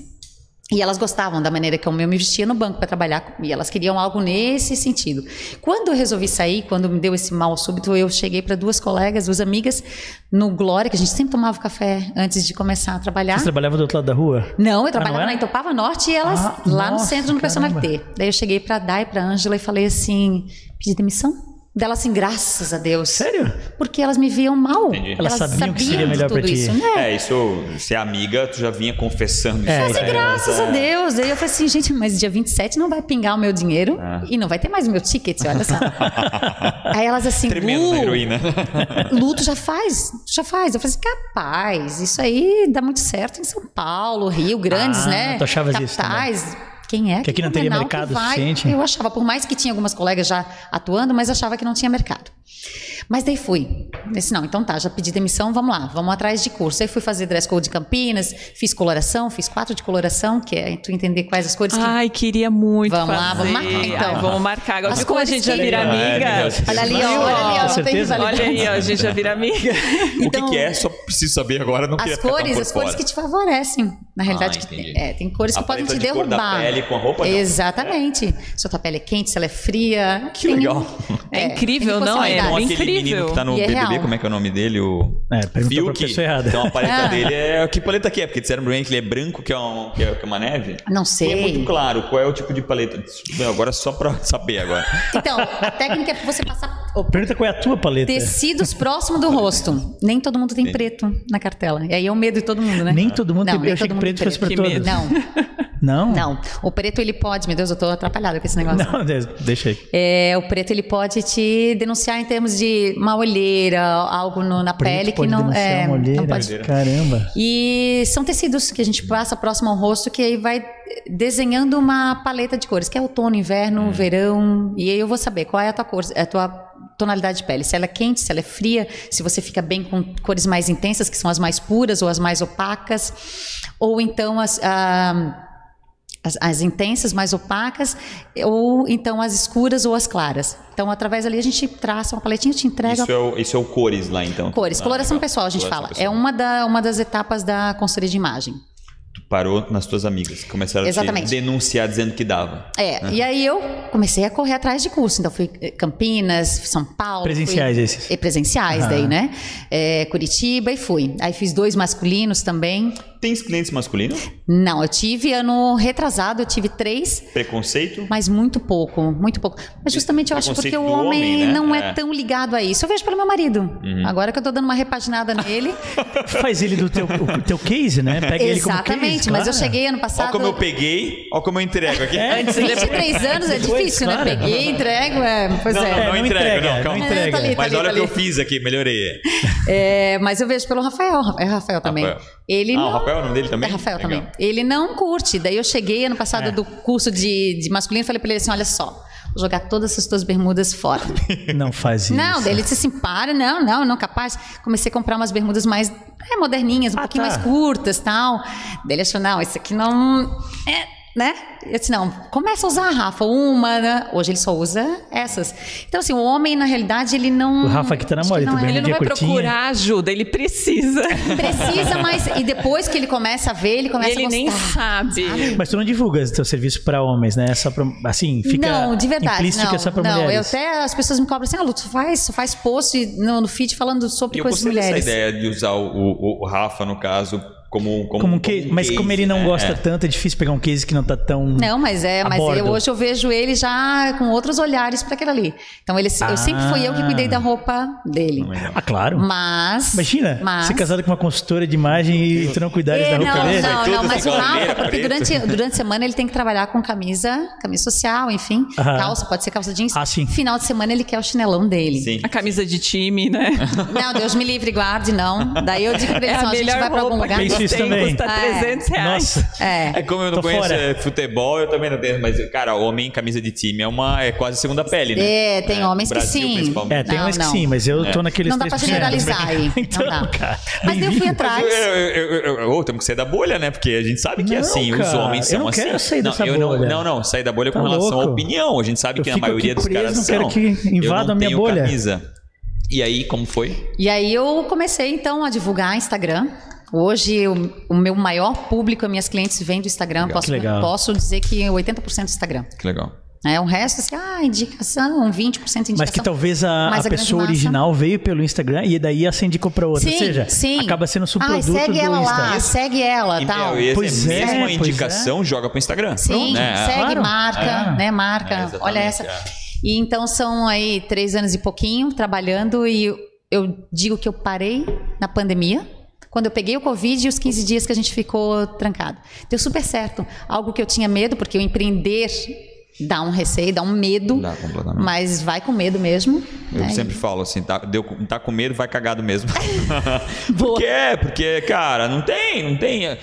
E elas gostavam da maneira que eu me vestia no banco para trabalhar. E elas queriam algo nesse sentido. Quando eu resolvi sair, quando me deu esse mal súbito, eu cheguei para duas colegas, duas amigas, no Glória, que a gente sempre tomava café antes de começar a trabalhar. Você trabalhava do outro lado da rua? Não, eu não trabalhava era? na Itopava Norte e elas Ah, lá no nossa, centro, no personal caramba. T. Daí eu cheguei pra Dai, pra Ângela e falei assim, pedi demissão? Dela assim, graças a Deus. Sério? Porque elas me viam mal. Entendi. Elas sabiam que seria de melhor pra tudo ti. Isso, né? É, isso, ser amiga, tu já vinha confessando É, isso né? pra sim, ela. Graças a Deus. Daí eu falei assim, gente, mas dia 27 não vai pingar o meu dinheiro É. e não vai ter mais o meu ticket, olha só. Aí elas assim, Tremendo "Lu, na heroína. Luto já faz, tu já faz. Eu falei assim, capaz, isso aí dá muito certo em São Paulo, Rio, grandes, Ah, né? tu achavas isso Capitais. Quem é? Que aqui não teria Blumenau mercado que vai? suficiente. Eu achava, por mais que tinha algumas colegas já atuando, mas achava que não tinha mercado. Mas daí fui. Disse, não, então tá, já pedi demissão, vamos lá, vamos atrás de curso. Aí fui fazer dress code de Campinas, fiz coloração, fiz quatro de coloração, que é tu entender quais as cores que Ai, queria muito Vamos lá, fazer. vamos marcar, então. Ai, vamos marcar. Agora, As viu como a cores gente já que- vira É, meu amiga? Deus. Olha ali, ó, Viu? olha ali, ó, não tem Ah, Certeza? rivalidade. Olha aí, ó, a gente já vira amiga. Então- o que, que é? Só preciso saber agora, não queria As ficar tão cores, por as cores fora. Ah, que te favorecem. Na realidade, que- entendi. é, tem cores A que podem paleta te de cor da derrubar. pele com a roupa, não. Exatamente. Se a tua pele é quente, se ela é fria. Que legal. É incrível, tem não é? Então, possibilidade. aquele incrível. menino que tá no E é BBB, real. como é que é o nome dele? O... É, perguntou pra Fiuk. pessoa errada. Então a paleta Ah. dele é... Que paleta que é? Porque disseram pra mim que ele é branco, que é, um- que é- que é uma neve. E Não é sei. muito claro qual é o tipo de paleta. Não, agora é só pra saber agora. Então, a técnica é você passar Ô, Pergunta qual é a tua paleta. tecidos próximo do rosto. Nem todo mundo tem preto na cartela. E aí é o medo de todo mundo, né? Nem todo mundo tem- nem eu achei todo que mundo preto fosse tem pra Que todos. medo. Não? Não, não. O preto ele pode, meu Deus, eu tô atrapalhada com esse negócio. Não, de- deixa aí. É, o preto ele pode te denunciar em termos de uma olheira, algo no- na Preto pele que pode não denunciar é, uma não olheira. pode. Caramba. E são tecidos que a gente passa próximo ao rosto que aí vai desenhando uma paleta de cores, que é outono, inverno, verão, e aí eu vou saber qual é a tua cor, a tua tonalidade de pele, se ela é quente, se ela é fria, se você fica bem com cores mais intensas, que são as mais puras ou as mais opacas, ou então as ah, as, as intensas, mais opacas, ou então as escuras ou as claras. Então, através ali a gente traça uma paletinha, eu te entrega Isso é, o, isso é o cores lá, então. cores. Ah, Coloração legal. pessoal, a gente Coloração fala. É pessoal. uma, da, uma das etapas da consultoria de imagem. Tu parou nas tuas amigas, que começaram a Exatamente. te denunciar dizendo que dava. É, e aí eu comecei a correr atrás de curso. Então fui eh, Campinas, São Paulo. Presenciais fui, esses? E presenciais Aham. daí, né? É, Curitiba e fui. Aí fiz dois masculinos também. Tens clientes masculinos? Não, eu tive ano retrasado, eu tive três, Preconceito? mas muito pouco, muito pouco. Mas justamente eu acho porque Preconceito o do homem, homem, né? não é. É. Uhum. tão ligado a isso. Eu vejo pelo meu marido. Agora que eu tô dando uma repaginada nele. Faz ele do teu, o teu case, né? Pega ele como case, Exatamente, mas eu claro. cheguei ano Ó passado. É. como eu peguei, ó como eu entrego aqui. Antes, 23 anos é Depois, difícil, claro. né? Peguei, entrego, é, pois Não, é. É, não, não entrega, entrega, não, calma. não entrega. É, tá ali, tá Mas ali, olha tá o que eu ali. fiz aqui, melhorei. É, mas eu vejo pelo Rafael, é Rafael também. Rafael. Ele Ah, não... o Rafael é o nome dele também? É Rafael Legal. também. Ele não curte. Daí eu cheguei ano passado É. do curso de, de masculino e falei pra ele assim: olha só, jogar todas essas tuas bermudas fora. Não faz isso. Não, ele disse assim, para, não, não, não, capaz. Comecei a comprar umas bermudas mais é, moderninhas, um Ah, pouquinho tá. mais curtas tal. Daí ele achou, não, isso aqui não... É, né? Eu disse, não, começa a usar, Rafa, uma, né? Hoje ele só usa essas. Então, assim, o homem, na realidade, ele não... O Rafa aqui tá na acho moda, que não também. é- Ele não Dia vai curtinho. procurar ajuda, ele precisa. Precisa, mas... E depois que ele começa a ver, ele começa ele a gostar. nem sabe. Mas tu não divulga seu serviço pra homens, né? É Só pra, assim, fica não, de verdade, implícito não, que é só pra não. Eu mulheres. até as pessoas me cobram assim, ah, Lu, tu faz, tu faz post no, no feed falando E sobre eu coisas gostei dessa mulheres. ideia de usar o, o- o Rafa, no caso, como, como, Como que, como um mas case, como ele não né? gosta É. tanto, é difícil pegar um case que não tá tão... Não, mas é, A mas eu- bordo. hoje eu vejo ele já com outros olhares para aquilo ali. Então ele, Ah. eu sempre fui eu que cuidei da roupa dele. Ah, claro. Mas Imagina, mas, ser casado com uma consultora de imagem e tu não cuidares da É, roupa não, dele. não, Tudo não, mas o essa Rafa, bandeira porque preta. durante, durante a semana ele tem que trabalhar com camisa, camisa social, enfim, Aham. calça, pode ser calça jeans. Ah, sim. Final de semana ele quer o chinelão dele. Sim. A camisa de time, né? Não, Deus me livre, guarde, não. Daí eu digo pra ele, É assim, a ó, a gente melhor vai pra algum roupa lugar. que Pensa tem, isso também. custa É. 300 reais. Nossa, É. É como eu não Tô conheço fora. é, futebol, eu também não tenho, mas, cara, homem em camisa de time é uma é quase segunda pele, né? É, tem homens que Brasil, sim. principalmente. é, tem Não, umas que não. sim, mas É. eu tô naqueles Não dá pra 3%. generalizar aí. Então, não dá. cara, Mas eu fui bem-vindo. Mas atrás. eu- eu- eu- eu- eu- ô, temos que sair da bolha, né? Porque a gente sabe que é Não, assim, os cara, homens são eu não assim. quero sair dessa eu não- bolha. Não, não, sair da bolha com Tá relação à louco? opinião. A gente sabe Eu que a fico aqui maioria dos preso, caras não quero são. que invada eu não a minha tenho bolha. camisa. E aí, como foi? E aí eu comecei então a divulgar Instagram. Hoje eu- o meu maior público, as minhas clientes vêm do Instagram. Posso, Que legal. posso dizer que 80% do Instagram. Que legal. É, o resto, assim, ah, indicação, 20% indicação. Mas que talvez a, Mas a a grande pessoa massa- original veio pelo Instagram e daí essa indicou pra outra. sim, Ou seja, sim. acaba sendo um subproduto Ah, segue do ela lá, Instagram. segue ela, Então, tal. esse Pois é é, mesmo a pois indicação, joga pro Instagram. tá um Sim, né? segue, claro. marca, É. né? É, Marca. exatamente, Olha essa. é. E então são aí três anos e pouquinho trabalhando e eu- eu digo que eu parei na pandemia. Quando eu peguei o Covid e os 15 dias que a gente ficou trancado. Deu super certo. Algo que eu tinha medo, porque o empreender dá um receio, dá um medo. Dá completamente. Mas vai com medo mesmo. Eu né? sempre falo assim, tá, deu, tá com medo, vai cagado mesmo. porque, porque, cara, não tem, não tem. A,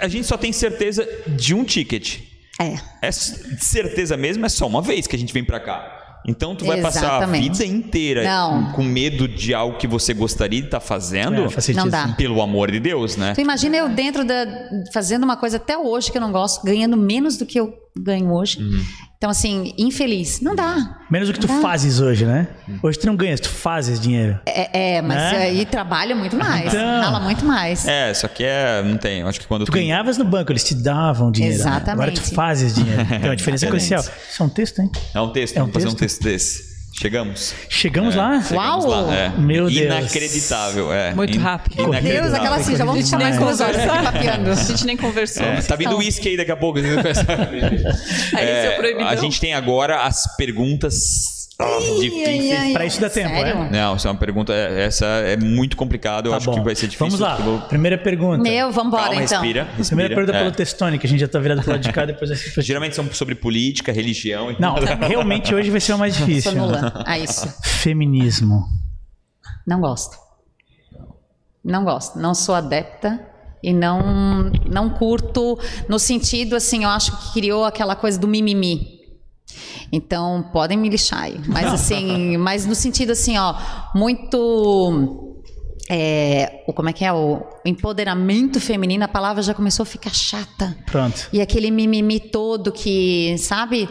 a gente só tem certeza de um ticket. É. É s- certeza mesmo, é só uma vez que a gente vem pra cá. Então tu vai passar a Exatamente. vida inteira Não. com medo de algo que você gostaria de estar fazendo. É, faz sentido, Não dá. sim. Pelo amor de Deus, né? Tu imagina eu dentro da. fazendo uma coisa até hoje que eu não gosto, ganhando menos do que eu ganho hoje. Uhum. Então, assim, infeliz. Não dá. Menos o que tu fazes hoje, né? Hum. Hoje tu não ganhas, tu fazes dinheiro. É, é, mas Né? aí trabalha muito mais. Então. Rala muito mais. É, só que é. Não tem. eu Acho que quando Tu ganhavas no banco, eles te davam dinheiro. né? Exatamente. Agora tu fazes dinheiro. Então a diferença é Exatamente. crucial. Isso é um texto, hein? É um texto, É um vamos fazer um texto desse. Chegamos. Chegamos lá. É, Chegamos Uau! lá, é. Meu Deus. Inacreditável, é. Muito rápido. Meu Meu Deus, aquela assim, já vamos deixar mais duas horas aqui papeando. é A gente nem conversou. É, tá vindo Então. uísque aí daqui a pouco. Aí É, seu proibidão. a gente tem agora as perguntas difíceis. Pra isso dá tempo, Sério? é? Não, essa é uma pergunta. é- Essa é muito complicada. Eu Tá acho bom. que vai ser difícil. Vamos lá. Eu vou- Primeira pergunta. Meu, vambora Calma, então. respira. respira. Primeira pergunta É. pelo Testone, que a gente já tá virado pro lado de cá, depois assim. Geralmente são sobre política, religião. então e Não, tudo. realmente hoje vai ser o mais difícil. Sou nula. Ah, isso. Feminismo. Não gosto. Não gosto. Não sou adepta e não não curto no sentido assim, eu acho que criou aquela coisa do mimimi. Então, podem me lixar aí. Mas assim, mas no sentido assim, ó, muito é, o como é que é o empoderamento feminino, a palavra já começou a ficar chata. Pronto. E aquele mimimi todo que, sabe?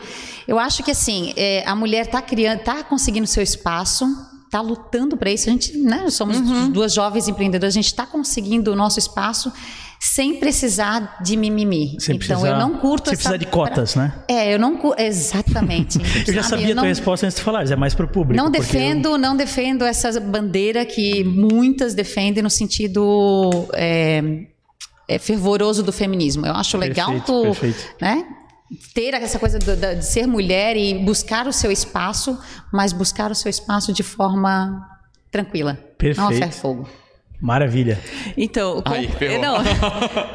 Eu acho que assim, é, a mulher tá criando, tá conseguindo seu espaço, tá lutando para isso. A gente, né, somos Uhum. duas jovens empreendedoras, a gente tá conseguindo o nosso espaço sem precisar de mimimi. Sem então precisar- eu não curto Sem essa precisar de cotas, né? É, eu não curto exatamente. Eu já sabia a tua não... resposta antes de falares, é mais pro público. Não porque defendo, não defendo essa bandeira que muitas defendem no sentido é, é, fervoroso do feminismo. Eu acho legal Perfeito, tu, perfeito. né? Ter essa coisa do- da- de ser mulher e buscar o seu espaço, mas buscar o seu espaço de forma tranquila. Perfeito. Não a ferro e fogo. Maravilha. Então, com- Aí, ferrou. eu não.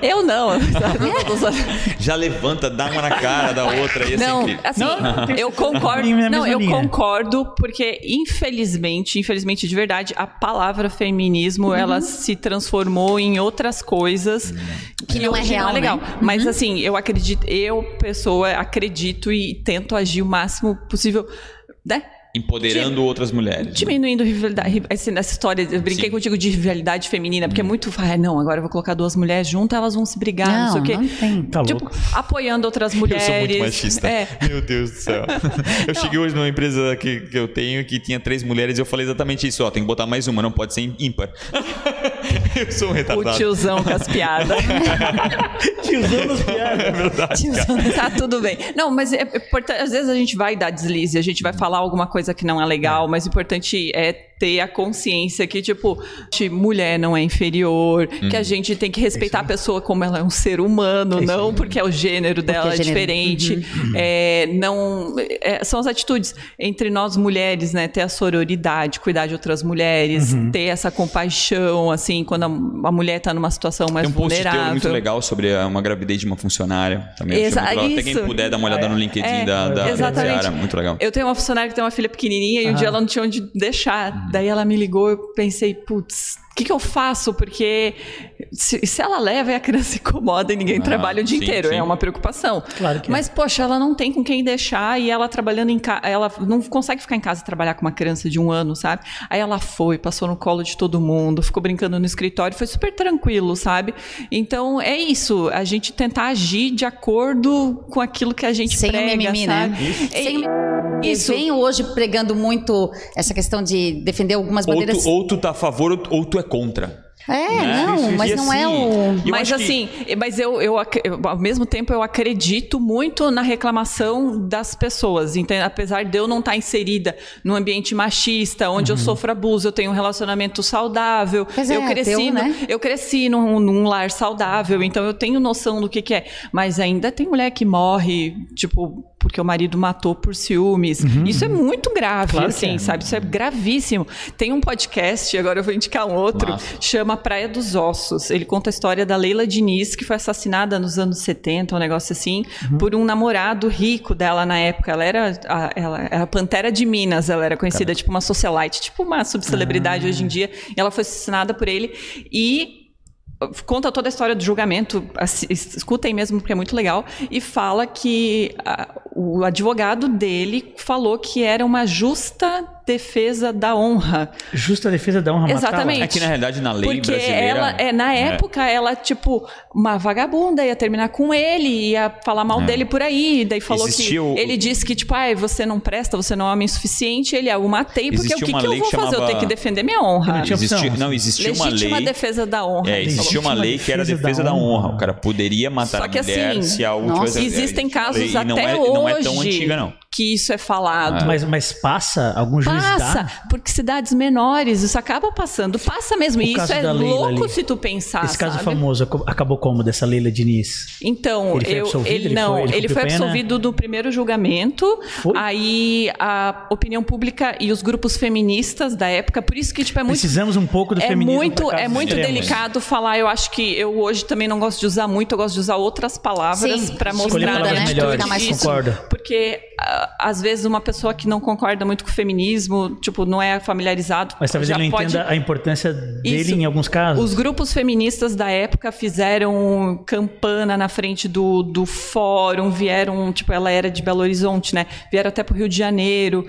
Eu não. sabe? Já levanta, dá uma na cara da outra e assim. Não, é que- assim, Não, tem- na eu mesma concordo. Não, eu linha. concordo, porque infelizmente, infelizmente de verdade, a palavra feminismo Uhum. ela se transformou em outras coisas Uhum. que não é hoje real, não é legal. né? Uhum. Mas assim, eu acredito, eu pessoa acredito e tento agir o máximo possível, né? Empoderando tipo outras mulheres. Diminuindo rivalidade. ri- esse- Nessa história, eu brinquei Sim. Uhum. contigo de rivalidade feminina, porque é muito. Ah, não, agora eu vou colocar duas mulheres juntas, elas vão se brigar, não, sei Não, o quê. não tem. Tá Tipo, louco. apoiando outras mulheres. Eu sou muito machista. É. Meu Deus do céu. Eu cheguei hoje numa empresa que, que eu tenho que tinha três mulheres e eu falei exatamente isso. Ó, tem que botar mais uma, não pode ser ímpar. eu sou um O retardado. tiozão com as piadas. Te usando as é piadas. tá tudo bem. Não, mas é, é importante- às vezes a gente vai dar deslize, a Hum. gente vai falar alguma coisa que não é legal, mas o importante é ter a consciência que, tipo, que mulher não é inferior, que Uhum. a gente tem que respeitar a pessoa como ela é um ser humano, isso não porque é o gênero dela é gênero. diferente. Uhum. É, não, é, são as atitudes entre nós mulheres, né? Ter a sororidade, cuidar de outras mulheres, Uhum. ter essa compaixão, assim, quando a, a mulher tá numa situação mais Tem um post teu vulnerável. muito legal sobre a- uma gravidez de uma funcionária. Também achei Exa- muito legal. Até isso. quem puder dar uma olhada no LinkedIn É, da, da, da exatamente. Ciara. Muito legal. Eu tenho uma funcionária que tem uma filha pequenininha e um Aham. dia ela não tinha onde deixar. Uhum. Daí ela me ligou, eu pensei, putz, o que, que eu faço? Porque se, se ela leva e a criança se incomoda e ninguém Ah, trabalha o dia sim, inteiro, sim. é uma preocupação. Claro que é. Mas, poxa, ela não tem com quem deixar e ela trabalhando em casa, ela não consegue ficar em casa e trabalhar com uma criança de um ano, sabe? Aí ela foi, passou no colo de todo mundo, ficou brincando no escritório, foi super tranquilo, sabe? Então é isso, a gente tentar agir de acordo com aquilo que a gente Sem o prega, mimimi, né? sabe? É, Sem- Isso. Eu venho hoje pregando muito essa questão de defender algumas Ou tu, bandeiras. ou tu tá a favor ou tu- ou tu é contra. né? É, Né? não, E mas não é assim, o. eu mas acho que- assim, mas eu, eu, ac- eu- ao mesmo tempo eu acredito muito na reclamação das pessoas, entende? apesar de eu não estar inserida num ambiente machista, onde eu sofro abuso, eu tenho um relacionamento saudável, Pois eu é, cresci, teu, no- né? eu cresci num, num lar saudável, então eu tenho noção do que, que é. Mas ainda tem mulher que morre, tipo porque o marido matou por ciúmes. Isso é muito grave, Claro que assim, é. sabe? Isso é gravíssimo. Tem um podcast, agora eu vou indicar um outro, Massa. chama Praia dos Ossos. Ele conta a história da Leila Diniz, que foi assassinada nos anos 70, um negócio assim, por um namorado rico dela na época. Ela era a, ela, era a Pantera de Minas, ela era conhecida tipo uma socialite, tipo uma subcelebridade hoje em dia. E ela foi assassinada por ele e conta toda a história do julgamento, assi- es- escutem mesmo porque é muito legal, e fala que ah, o advogado dele falou que era uma justa defesa da honra. Justa defesa da honra matá-la. Exatamente. É que na realidade na lei Porque brasileira. ela, é, na É. época, ela, tipo, uma vagabunda ia terminar com ele, ia falar mal dele por aí. Daí falou que. Existia É. o- Ele disse que, tipo, ai, você não presta, você não é homem suficiente. Ele, ah, eu matei, porque Existia o que, uma que eu lei vou que fazer? Eu chamava- tenho que defender minha honra. Não tinha Existia- opção. não, existia uma Legítima lei. defesa da honra. É, ele falou. existia uma Legítima lei que era defesa defesa da da honra. honra. O cara poderia matar Só que a mulher assim, se é, a última... nossa, Existem Lei, casos e não até é, hoje Não é tão antiga, não. Ah. que isso é falado. Mas, mas passa, algum juiz Passa, dá? porque cidades menores, isso acaba passando. Passa mesmo. O E isso caso é da Leila louco ali. se tu pensar. Esse caso sabe? famoso ac- acabou como dessa Leila Diniz? Então, Ele foi eu- absolvido? ele Ele não, foi- ele ele, cumpriu foi pena? absolvido do primeiro julgamento. Foi? Aí a opinião pública e os grupos feministas da época, por isso que tipo é muito Precisamos um pouco do é feminismo. muito, pra é casos muito extremos. delicado falar. Eu acho que eu hoje também não gosto de usar muito, eu gosto de usar outras palavras Sim, para escolher mostrar palavras né, melhores, tudo mais isso. concordo. Porque ah, às vezes uma pessoa que não concorda muito com o feminismo, tipo, não é familiarizado, Mas talvez já ele não pode entenda a importância dele Isso. em alguns casos. os grupos feministas da época fizeram campana na frente do, do fórum, vieram, tipo, ela era de Belo Horizonte, né? Vieram até pro Rio de Janeiro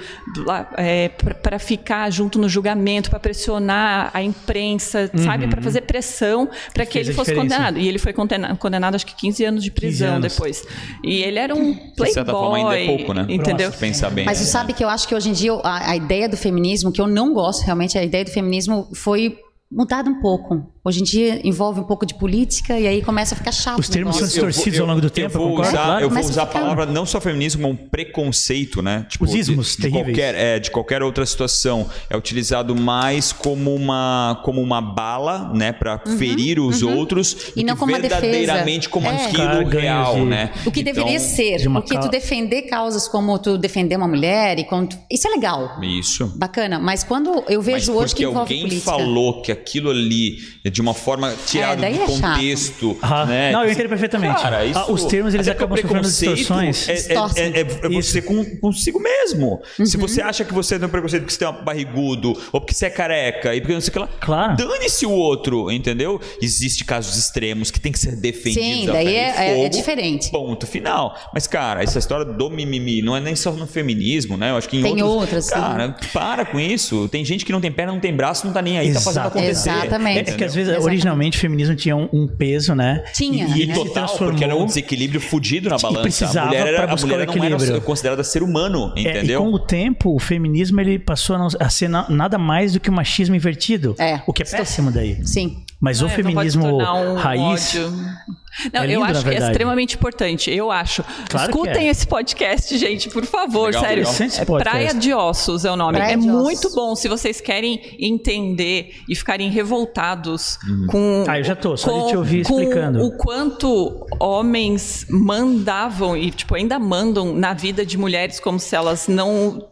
para ficar junto no julgamento, para pressionar a imprensa, sabe? Para fazer pressão para que Uhum. Fez ele a fosse diferença. condenado. E ele foi condenado, condenado acho que 15 anos de 15 prisão anos. depois. E ele era um playboy. De certa forma, ainda é pouco, né? Entendeu? Se pensar bem. Mas né? você sabe que eu acho que hoje em dia a, a ideia do feminismo, que eu não gosto realmente, a ideia do feminismo foi mudada um pouco. Hoje em dia envolve um pouco de política e aí começa a ficar chato. Os o termos negócio. são distorcidos Eu vou- ao longo do eu tempo, vou concorda? usar, Claro. eu vou Começa a usar a ficar- palavra não só feminismo, mas um preconceito, né? Tipo, Os ismos de, de terríveis. qualquer, é, de qualquer outra situação. É utilizado mais como uma, como uma bala, né? Pra Uhum, ferir os outros. E do não que como uma defesa. verdadeiramente como É. aquilo Carganhos de- real, né? O que Então, deveria de ser, uma o que cau- tu defender causas como tu defender uma mulher e quando tu- isso é legal, Isso. bacana, mas quando eu Mas vejo hoje que porque envolve alguém política. falou que aquilo ali, é de uma forma tirada daí do é chato. contexto, Aham. né? Ah, Não, eu entendo perfeitamente. Cara, isso- Ah, os termos eles até porque acabam sofrendo preconceito distorções. É, é, é- é Isso. você com- consigo mesmo. Uhum. Se você acha que você tem um preconceito porque você tem um barrigudo, ou porque você é careca, e porque não sei o que lá. Ah. Claro. Dane-se o outro, entendeu? Existe casos extremos que tem que ser defendidos. Sim, a daí ferro e é- é- é fogo, diferente. Ponto final. Mas, cara, essa história do mimimi não é nem só no feminismo, né? Eu acho que em Tem outros, outras, sim. Cara, para com isso. Tem gente que não tem perna, não tem braço, não tá nem aí, tá fazendo Exato. acontecer. Exatamente. É que às entendeu? vezes, Exatamente. originalmente, o feminismo tinha um, um peso, né? Tinha, E, e né? ele se Total, transformou. porque era um desequilíbrio fudido na E balança. precisava a mulher, era- pra a buscar mulher o não era equilíbrio. considerada ser humano, É, e entendeu? com o tempo, o feminismo ele passou a, não- a ser na- nada mais do que o machismo invertido. É. O que é péssimo daí. Sim. Mas o Então, É, então pode se feminismo tornar um raiz. ódio. Não, É lindo, eu na acho que é verdade. extremamente importante. Eu acho. Claro que Escutem é. esse podcast, gente, por favor, Legal, sério. legal. Interessante esse É podcast. Praia de Ossos é o nome. Praia é de Ossos. muito bom se vocês querem entender e ficarem revoltados Uhum. com. Ah, eu já tô, só de com, te ouvir com explicando. O quanto homens mandavam e, tipo, ainda mandam na vida de mulheres como se elas não.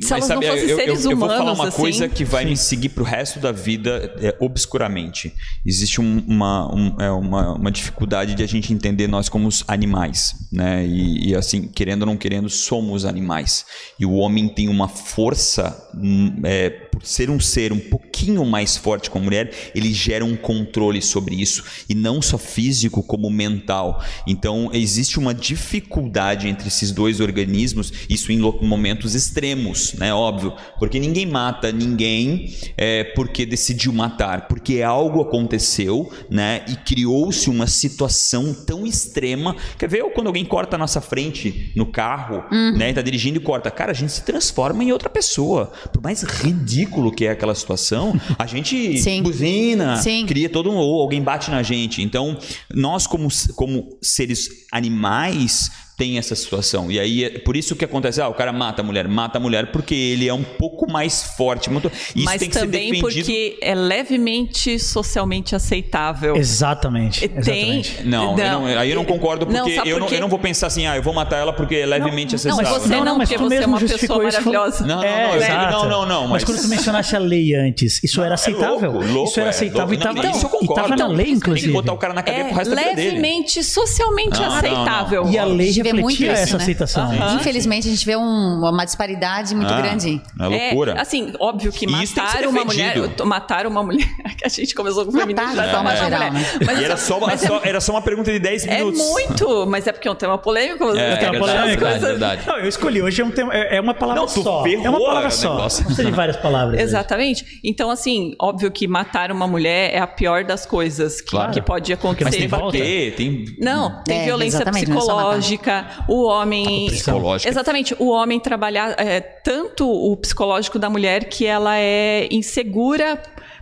Se elas sabe, não fossem eu, eu- seres eu humanos. vou falar uma assim. coisa que vai me seguir pro resto da vida é, obscuramente. Existe um- uma, um- é, uma, uma dificuldade de a gente entender nós como os animais, né? E, e, assim, querendo ou não querendo, somos animais. E o homem tem uma força, hum, é, por ser um ser um pouquinho mais forte com a mulher, ele gera um controle sobre isso. E não só físico, como mental. Então, existe uma dificuldade entre esses dois organismos, isso em lo- momentos extremos, né? Óbvio. Porque ninguém mata ninguém é, porque decidiu matar. Porque algo aconteceu, né? E criou-se uma situação tão extrema. Quer ver quando alguém corta a nossa frente no carro, Uhum. né? E tá dirigindo e corta. Cara, a gente se transforma em outra pessoa. Por mais ridículo que é aquela situação, a gente Sim. buzina, Sim. cria todo um. Ou alguém bate na gente. Então, nós, como, como seres animais, tem essa situação. E aí, é por isso que acontece, ah, o cara mata a mulher, mata a mulher, porque ele é um pouco mais forte. muito- Isso mas tem que ser também defendido. porque é levemente socialmente aceitável. Exatamente. E tem- exatamente. Não, eu Não. não- aí eu não concordo, porque, Não, sabe eu, por não, quê? eu não vou pensar assim, ah, eu vou matar ela porque é levemente Não, acessível. mas você não, Não, mas porque tu você é mesmo uma justificou pessoa isso, falou- maravilhosa. Não, não, É, não, eu- exato. não, não, não, Mas mas- quando tu mencionasse a lei antes, isso era aceitável. É louco, louco, isso era é, aceitável louco. e Não, estava isso eu concordo. na lei, Tem que inclusive. botar o cara na cadeia pro É resto da vida dele. levemente socialmente Não, não, não. aceitável. E a lei gente vê muito refletia isso, essa né? aceitação. Aham. Sim, Infelizmente a gente vê um- uma disparidade muito Uhum. Ah, grande. É loucura. É, assim, óbvio que E isso tem que ser mataram uma mulher. defendido. É, Mataram uma mulher. que A gente começou com o feminismo. tá Mataram, de forma geral, né? Mas, e era só, uma, mas é- só- era só uma pergunta de 10 é, minutos. muito, mas é porque é um tema polêmico. você É, quer É é polêmica. falar as verdade, coisas. verdade. Não, eu escolhi. Hoje é, um tema- é é uma palavra Não, tu só. É uma ferrou palavria o só. Não negócio. precisa de várias palavras. hoje. Exatamente. Então, assim, óbvio que matar uma mulher é a pior das coisas que, Claro. que pode acontecer. Mas tem Pra Volta. quê? Tem... Não, tem É, violência exatamente, não é só matar. psicológica, o homem. Psicológica. Exatamente, o homem trabalhar é, tanto o psicológico da mulher que ela é insegura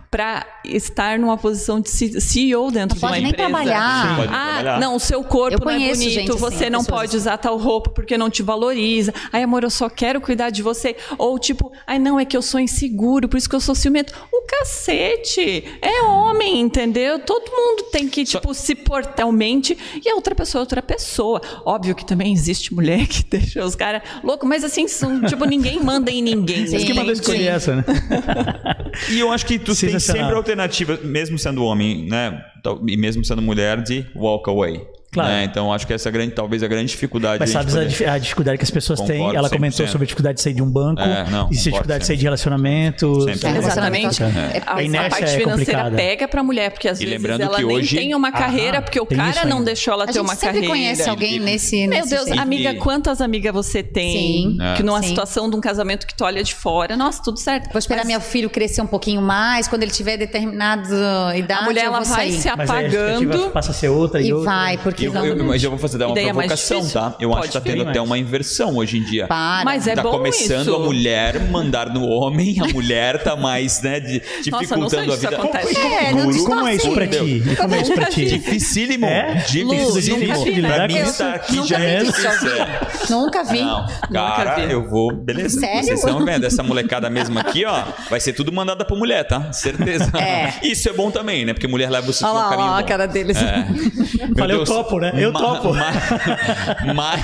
para estar numa posição de C- CEO Não dentro de uma pode nem empresa. trabalhar. Pode Ah, trabalhar. não, o seu corpo Eu não é bonito, conheço gente assim, você não pessoas pode assim. usar tal roupa porque não te valoriza. Ai, amor, eu só quero cuidar de você. Ou tipo, ai, não, é que eu sou inseguro, por isso que eu sou ciumento. O cacete! É homem, entendeu? Todo mundo tem que, tipo, se portalmente e a outra pessoa é outra pessoa. Óbvio que também existe mulher que deixa os caras loucos, mas assim, são, tipo, ninguém manda em ninguém. Mas Quem que entende? mandou escolher Sim. essa, né? E eu acho que tu tem Sensacional. sempre alternativa, mesmo sendo homem, né? Tal- E mesmo sendo mulher, de walk away. Claro. né? Então acho que essa é a grande, talvez a grande dificuldade. Mas da gente sabes a, poder- dif- a dificuldade que as pessoas têm? Concordo Ela comentou 100%. sobre a dificuldade de sair de um banco, É, não, existe a concordo dificuldade de sair 100%. de relacionamento. Sempre. sabe? Exatamente. É. É. A, A inércia parte é financeira complicada. pega pra mulher, porque às Tá. E vezes lembrando ela que nem hoje- tem uma Aham, carreira, porque o tem isso cara não ainda. deixou ela A ter gente uma sempre carreira. conhece alguém nesse Meu nesse Deus, jeito. amiga, E- quantas amigas você tem? Sim. É. Que numa Sim. situação de um casamento que tu olha de fora, nossa, tudo certo. Vou esperar Mas meu filho crescer um pouquinho mais, quando ele tiver determinada idade, A mulher eu ela vou vai sair. se é Mas aí a justificativa apagando. passa a ser outra e, E outra. vai, porque E eu, eu, mas eu vou fazer dar uma Ideia mais provocação, difícil? tá? Eu acho que tá Pode tendo ser. até uma inversão hoje em dia. Para. Mas é tá bom começando isso. a mulher mandar no homem, a mulher tá mais, né, de- Nossa, não sei dificultando onde a isso vida. acontece. É, não Guru, distorce. Como é isso pra Entendeu? ti? E como é isso pra assim? ti? Dificílimo. É? Dificílimo. Nunca vi, né? Pra mim Eu estar aqui nunca já vi é isso, já vi. difícil. Nunca vi. Não, cara, vi. eu vou. Beleza. Sério? Vocês estão vendo? Essa molecada mesmo aqui, ó, vai ser tudo mandada pra mulher, tá? Certeza. É. Isso é bom também, né? Porque mulher leva você Olha no lá, caminho. olha lá a bom. É, cara deles. Meu Falei, eu topo, né? Eu topo. ma-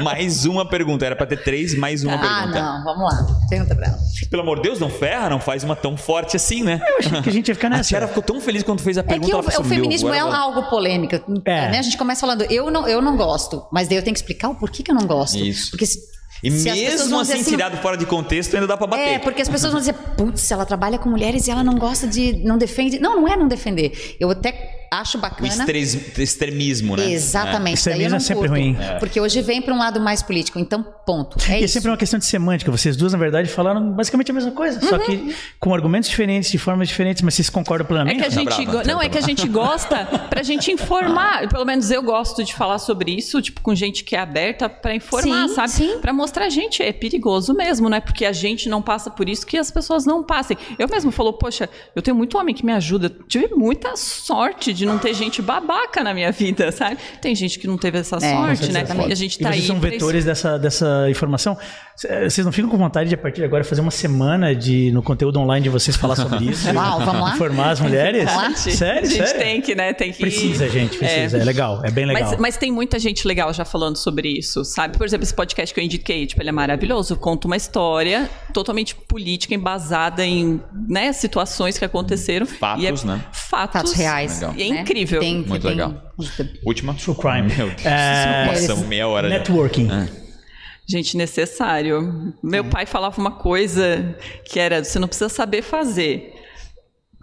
mais, uma pergunta. Era pra ter três, mais uma Ah, pergunta. não, vamos lá. Pergunta pra ela. Pelo amor de Deus, não ferra, não faz uma tão forte assim, né? Achei que a gente ia ficar A Tiara nessa. ficou tão feliz quando fez a É pergunta. que o, ela pensou, o "Meu, feminismo agora é ela- algo polêmico. É. né? A gente começa falando, eu não, eu não gosto, mas daí eu tenho que explicar o porquê que eu não gosto. Isso. Porque se, E se as pessoas mesmo vão dizer assim, tirado fora de contexto, ainda dá pra bater. É, porque as pessoas vão dizer, putz, ela trabalha com mulheres e ela não gosta de. não defende. Não, não é não defender. Eu até acho O bacana. estres- extremismo, né? Exatamente. Isso é daí mesmo, eu não é sempre curto, ruim. Porque hoje vem para um lado mais político, então ponto. É E é isso. sempre uma questão de semântica. Vocês duas, na verdade, falaram basicamente a mesma coisa, só que com argumentos diferentes, de formas diferentes, mas vocês concordam É plenamente? que a gente brava, go- tá não é que a gente gosta pra gente informar. Pelo menos eu gosto de falar sobre isso, tipo com gente que é aberta pra informar, Sim, sabe? sim. Pra mostrar gente é perigoso mesmo, né? Porque a gente não passa por isso que as pessoas não passem. Eu mesmo falo, poxa, eu tenho muito homem que me ajuda. Tive muita sorte de não ter gente babaca na minha vida, sabe? Tem gente que não teve É, essa sorte, né? exatamente. E a gente E tá aí. vocês são pra isso. vetores dessa, dessa informação. C- eh, Vocês não ficam com vontade de, a partir de agora, fazer uma semana de, no conteúdo online de vocês falar sobre isso? Uau, vamos lá? Informar as mulheres? Vamos A Sério, gente- sério? A gente tem que, né? Tem que. Precisa, gente, precisa. É. legal, é bem legal. Mas, mas tem muita gente legal já falando sobre isso, sabe? Por exemplo, esse podcast que eu indiquei, tipo, ele é maravilhoso. Conta uma história totalmente política, embasada em né, situações que aconteceram. Fatos, E é- né? Fatos. Fatos reais. Legal. E é né? incrível. Tem, Muito tem- legal. Última. True crime. Meu Deus. É, Nossa, meia hora. né? já. Networking. Gente, necessário. Meu pai falava uma coisa que era: você não precisa saber fazer,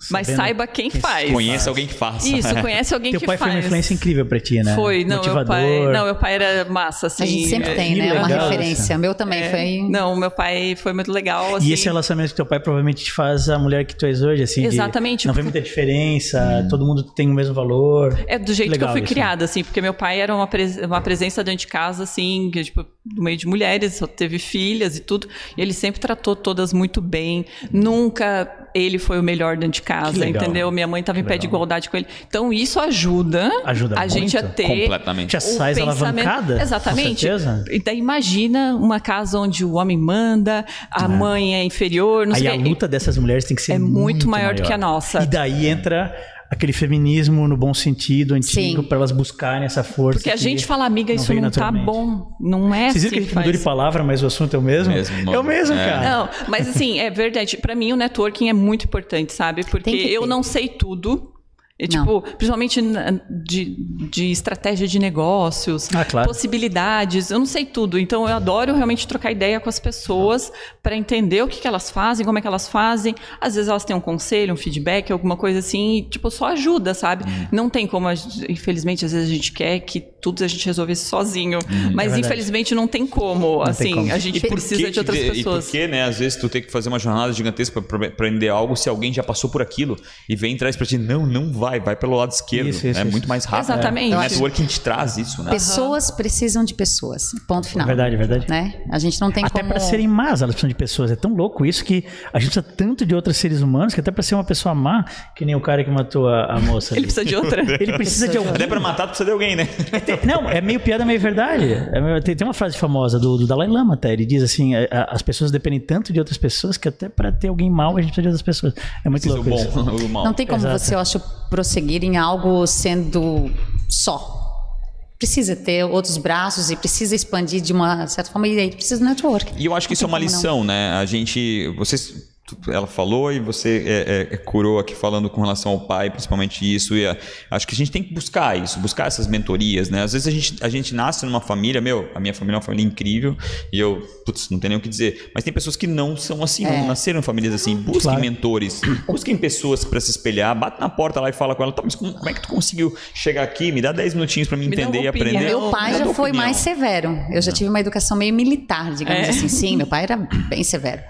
mas Sabendo- saiba quem faz. Conheça alguém que faça. né? Isso, conhece alguém Teu que pai faz. foi uma influência incrível pra ti, né? Foi, não, meu Motivador. pai, não, meu pai era massa, assim. A gente sempre é, tem, que né? Uma legal, referência. Meu também é, foi. Não, meu pai foi muito legal, assim. E esse relacionamento que teu pai provavelmente te faz a mulher que tu és hoje, assim. de Exatamente. Hum. não vê muita diferença, todo mundo tem o mesmo valor. É do jeito que eu Legal fui isso, né? criada, assim, porque meu pai era uma, pres- uma presença dentro de casa, assim, que, tipo, no meio de mulheres, só teve filhas e tudo. E ele sempre tratou todas muito bem. Nunca ele foi o melhor dentro de Que casa, legal. entendeu? Minha mãe estava em Que pé de legal. igualdade com ele. Então isso ajuda, Ajuda a gente a muito. ter Completamente. Já sai alavancada? Exatamente. Com certeza. E daí Então, imagina uma casa onde o homem manda, a mãe é inferior, não Aí sei a o quê. luta dessas mulheres tem que ser É muito maior do maior. que a nossa. E daí entra aquele feminismo no bom sentido, antigo, Sim. pra elas buscarem essa força. Porque a que gente fala, amiga, não isso veio não tá naturalmente. bom. Não é Vocês assim viram que a gente que mudou de faz. palavra, mas o assunto é o mesmo? Mesmo, é o mesmo, é. cara. Não, mas assim, é verdade. Pra mim, o networking é muito importante, sabe? Porque Tem que eu ter. não sei tudo. Não. E, tipo, principalmente na- de, de estratégia de negócios, Ah, claro. possibilidades, eu não sei tudo. Então, eu adoro realmente trocar ideia com as pessoas pra entender o que, que elas fazem, como é que elas fazem. Às vezes elas têm um conselho, um feedback, alguma coisa assim, e, tipo, só ajuda, sabe? Não tem como, a gente- infelizmente, às vezes a gente quer que tudo a gente resolvesse sozinho. Mas, verdade. infelizmente, não tem como. tem assim, como. a gente Por precisa que de outras que- pessoas. E por que, né? Às vezes tu tem que fazer uma jornada gigantesca pra aprender algo se alguém já passou por aquilo e vem e traz pra ti. Não, não vai, vai pelo lado esquerdo. Isso, isso, é isso. muito mais rápido. Exatamente. O networking te traz isso, né? Pessoas precisam de pessoas. Ponto final. Verdade, verdade. Né? A gente não tem Até como. pra serem más, elas precisam de pessoas. É tão louco isso que a gente precisa tanto de outros seres humanos que até pra ser uma pessoa má, que nem o cara que matou a, a moça. Ele ali. precisa de outra. Ele precisa de alguém. Até pra matar, tu precisa de alguém, né? Tem- Não, é meio piada, meio verdade. É meio- tem, tem uma frase famosa do, do Dalai Lama até. Ele diz assim: a- a- as pessoas dependem tanto de outras pessoas que até pra ter alguém mal a gente precisa de outras pessoas. É muito Precisa o louco bom, isso. o mal. Não tem como Exato. você, eu acho, prosseguir em algo sendo só. Precisa ter outros braços e precisa expandir de uma certa forma. E aí precisa do network. E eu acho que isso é tem uma como não. lição, né? A gente. Vocês. tu- Ela falou e você é, é, é, curou aqui falando com relação ao pai, principalmente isso. E é, acho que a gente tem que buscar isso, buscar essas mentorias, né? Às vezes a gente, a gente nasce numa família, meu, a minha família é uma família incrível e eu, putz, não tem nem o que dizer. Mas tem pessoas que não são assim, É. não nasceram em famílias assim. Busquem Claro. mentores, busquem pessoas para se espelhar, bate na porta lá e fala com ela, tá, mas como, como é que tu conseguiu chegar aqui? Me dá 10 minutinhos para me Me dá entender uma e opinião. aprender. Eu- Meu pai Me dá já tua foi opinião. mais severo. Eu já tive uma educação meio militar, digamos É. assim. Sim, meu pai era bem severo.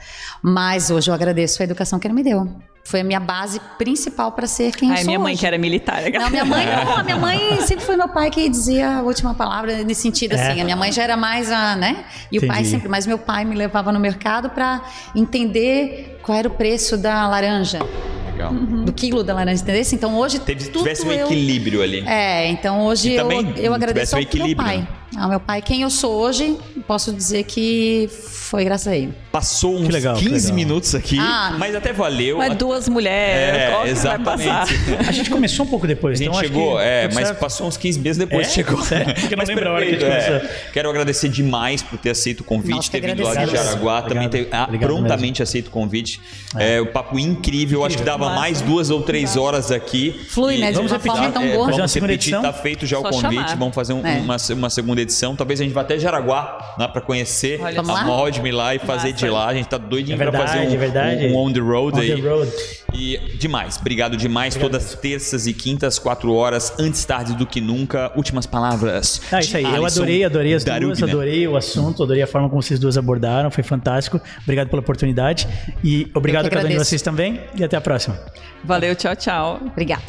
Mas hoje eu agradeço a educação que ele me deu. Foi a minha base principal para ser quem eu Ai, sou minha mãe hoje. que era militar. Não, minha mãe não, a minha mãe sempre foi meu pai que dizia a última palavra nesse sentido É. assim. A minha mãe já era mais a, né? E o pai Entendi. sempre, mas meu pai me levava no mercado para entender qual era o preço da laranja, Legal. do quilo da laranja, entendesse? Então hoje Teve, tudo tivesse um eu- equilíbrio ali. É, então hoje E eu, também eu tivesse agradeço um ao meu equilíbrio, pai. né? Ao meu pai, quem eu sou hoje, posso dizer que foi graças a ele. Passou uns Que legal, que 15 legal. minutos aqui, Ah. mas até valeu. Mas A- duas mulheres, É, qual que vai passar? exatamente. A gente começou um pouco A depois, gente então acho chegou, que é, tudo mas certo. passou uns 15 meses depois É? chegou. Sério? Porque eu não Mas lembro a hora que a gente perfeito, é. começou. Quero agradecer demais por ter aceito o convite, Nós que ter vindo lá de agradecemos. Jaraguá, Obrigado. também ter ah, Obrigado prontamente aceito o convite. É, o papo incrível, acho que dava Massa. mais duas ou três horas aqui. É, Flui, né, de Vamos uma forma repetir. tão boa. vamos Fazer uma segunda repetir, edição? tá feito já Só o convite, chamar. vamos fazer um- É. uma, uma segunda edição. Talvez a gente vá até Jaraguá lá pra conhecer Olha só. a Modme lá e fazer Massa. de lá. A gente tá doidinho É pra fazer verdade, um, é verdade. um on the road On aí. the road. E demais, obrigado demais. Todas terças e quintas, quatro horas, antes tarde do que nunca. Últimas palavras. Ah, de isso aí. Eu Alisson né? adorei, adorei as duas, Darugna. adorei o assunto, adorei a forma como vocês duas abordaram, foi fantástico. Obrigado pela oportunidade e obrigado a cada um de agradeço. vocês também e até a próxima. Valeu, tchau, tchau. Obrigada.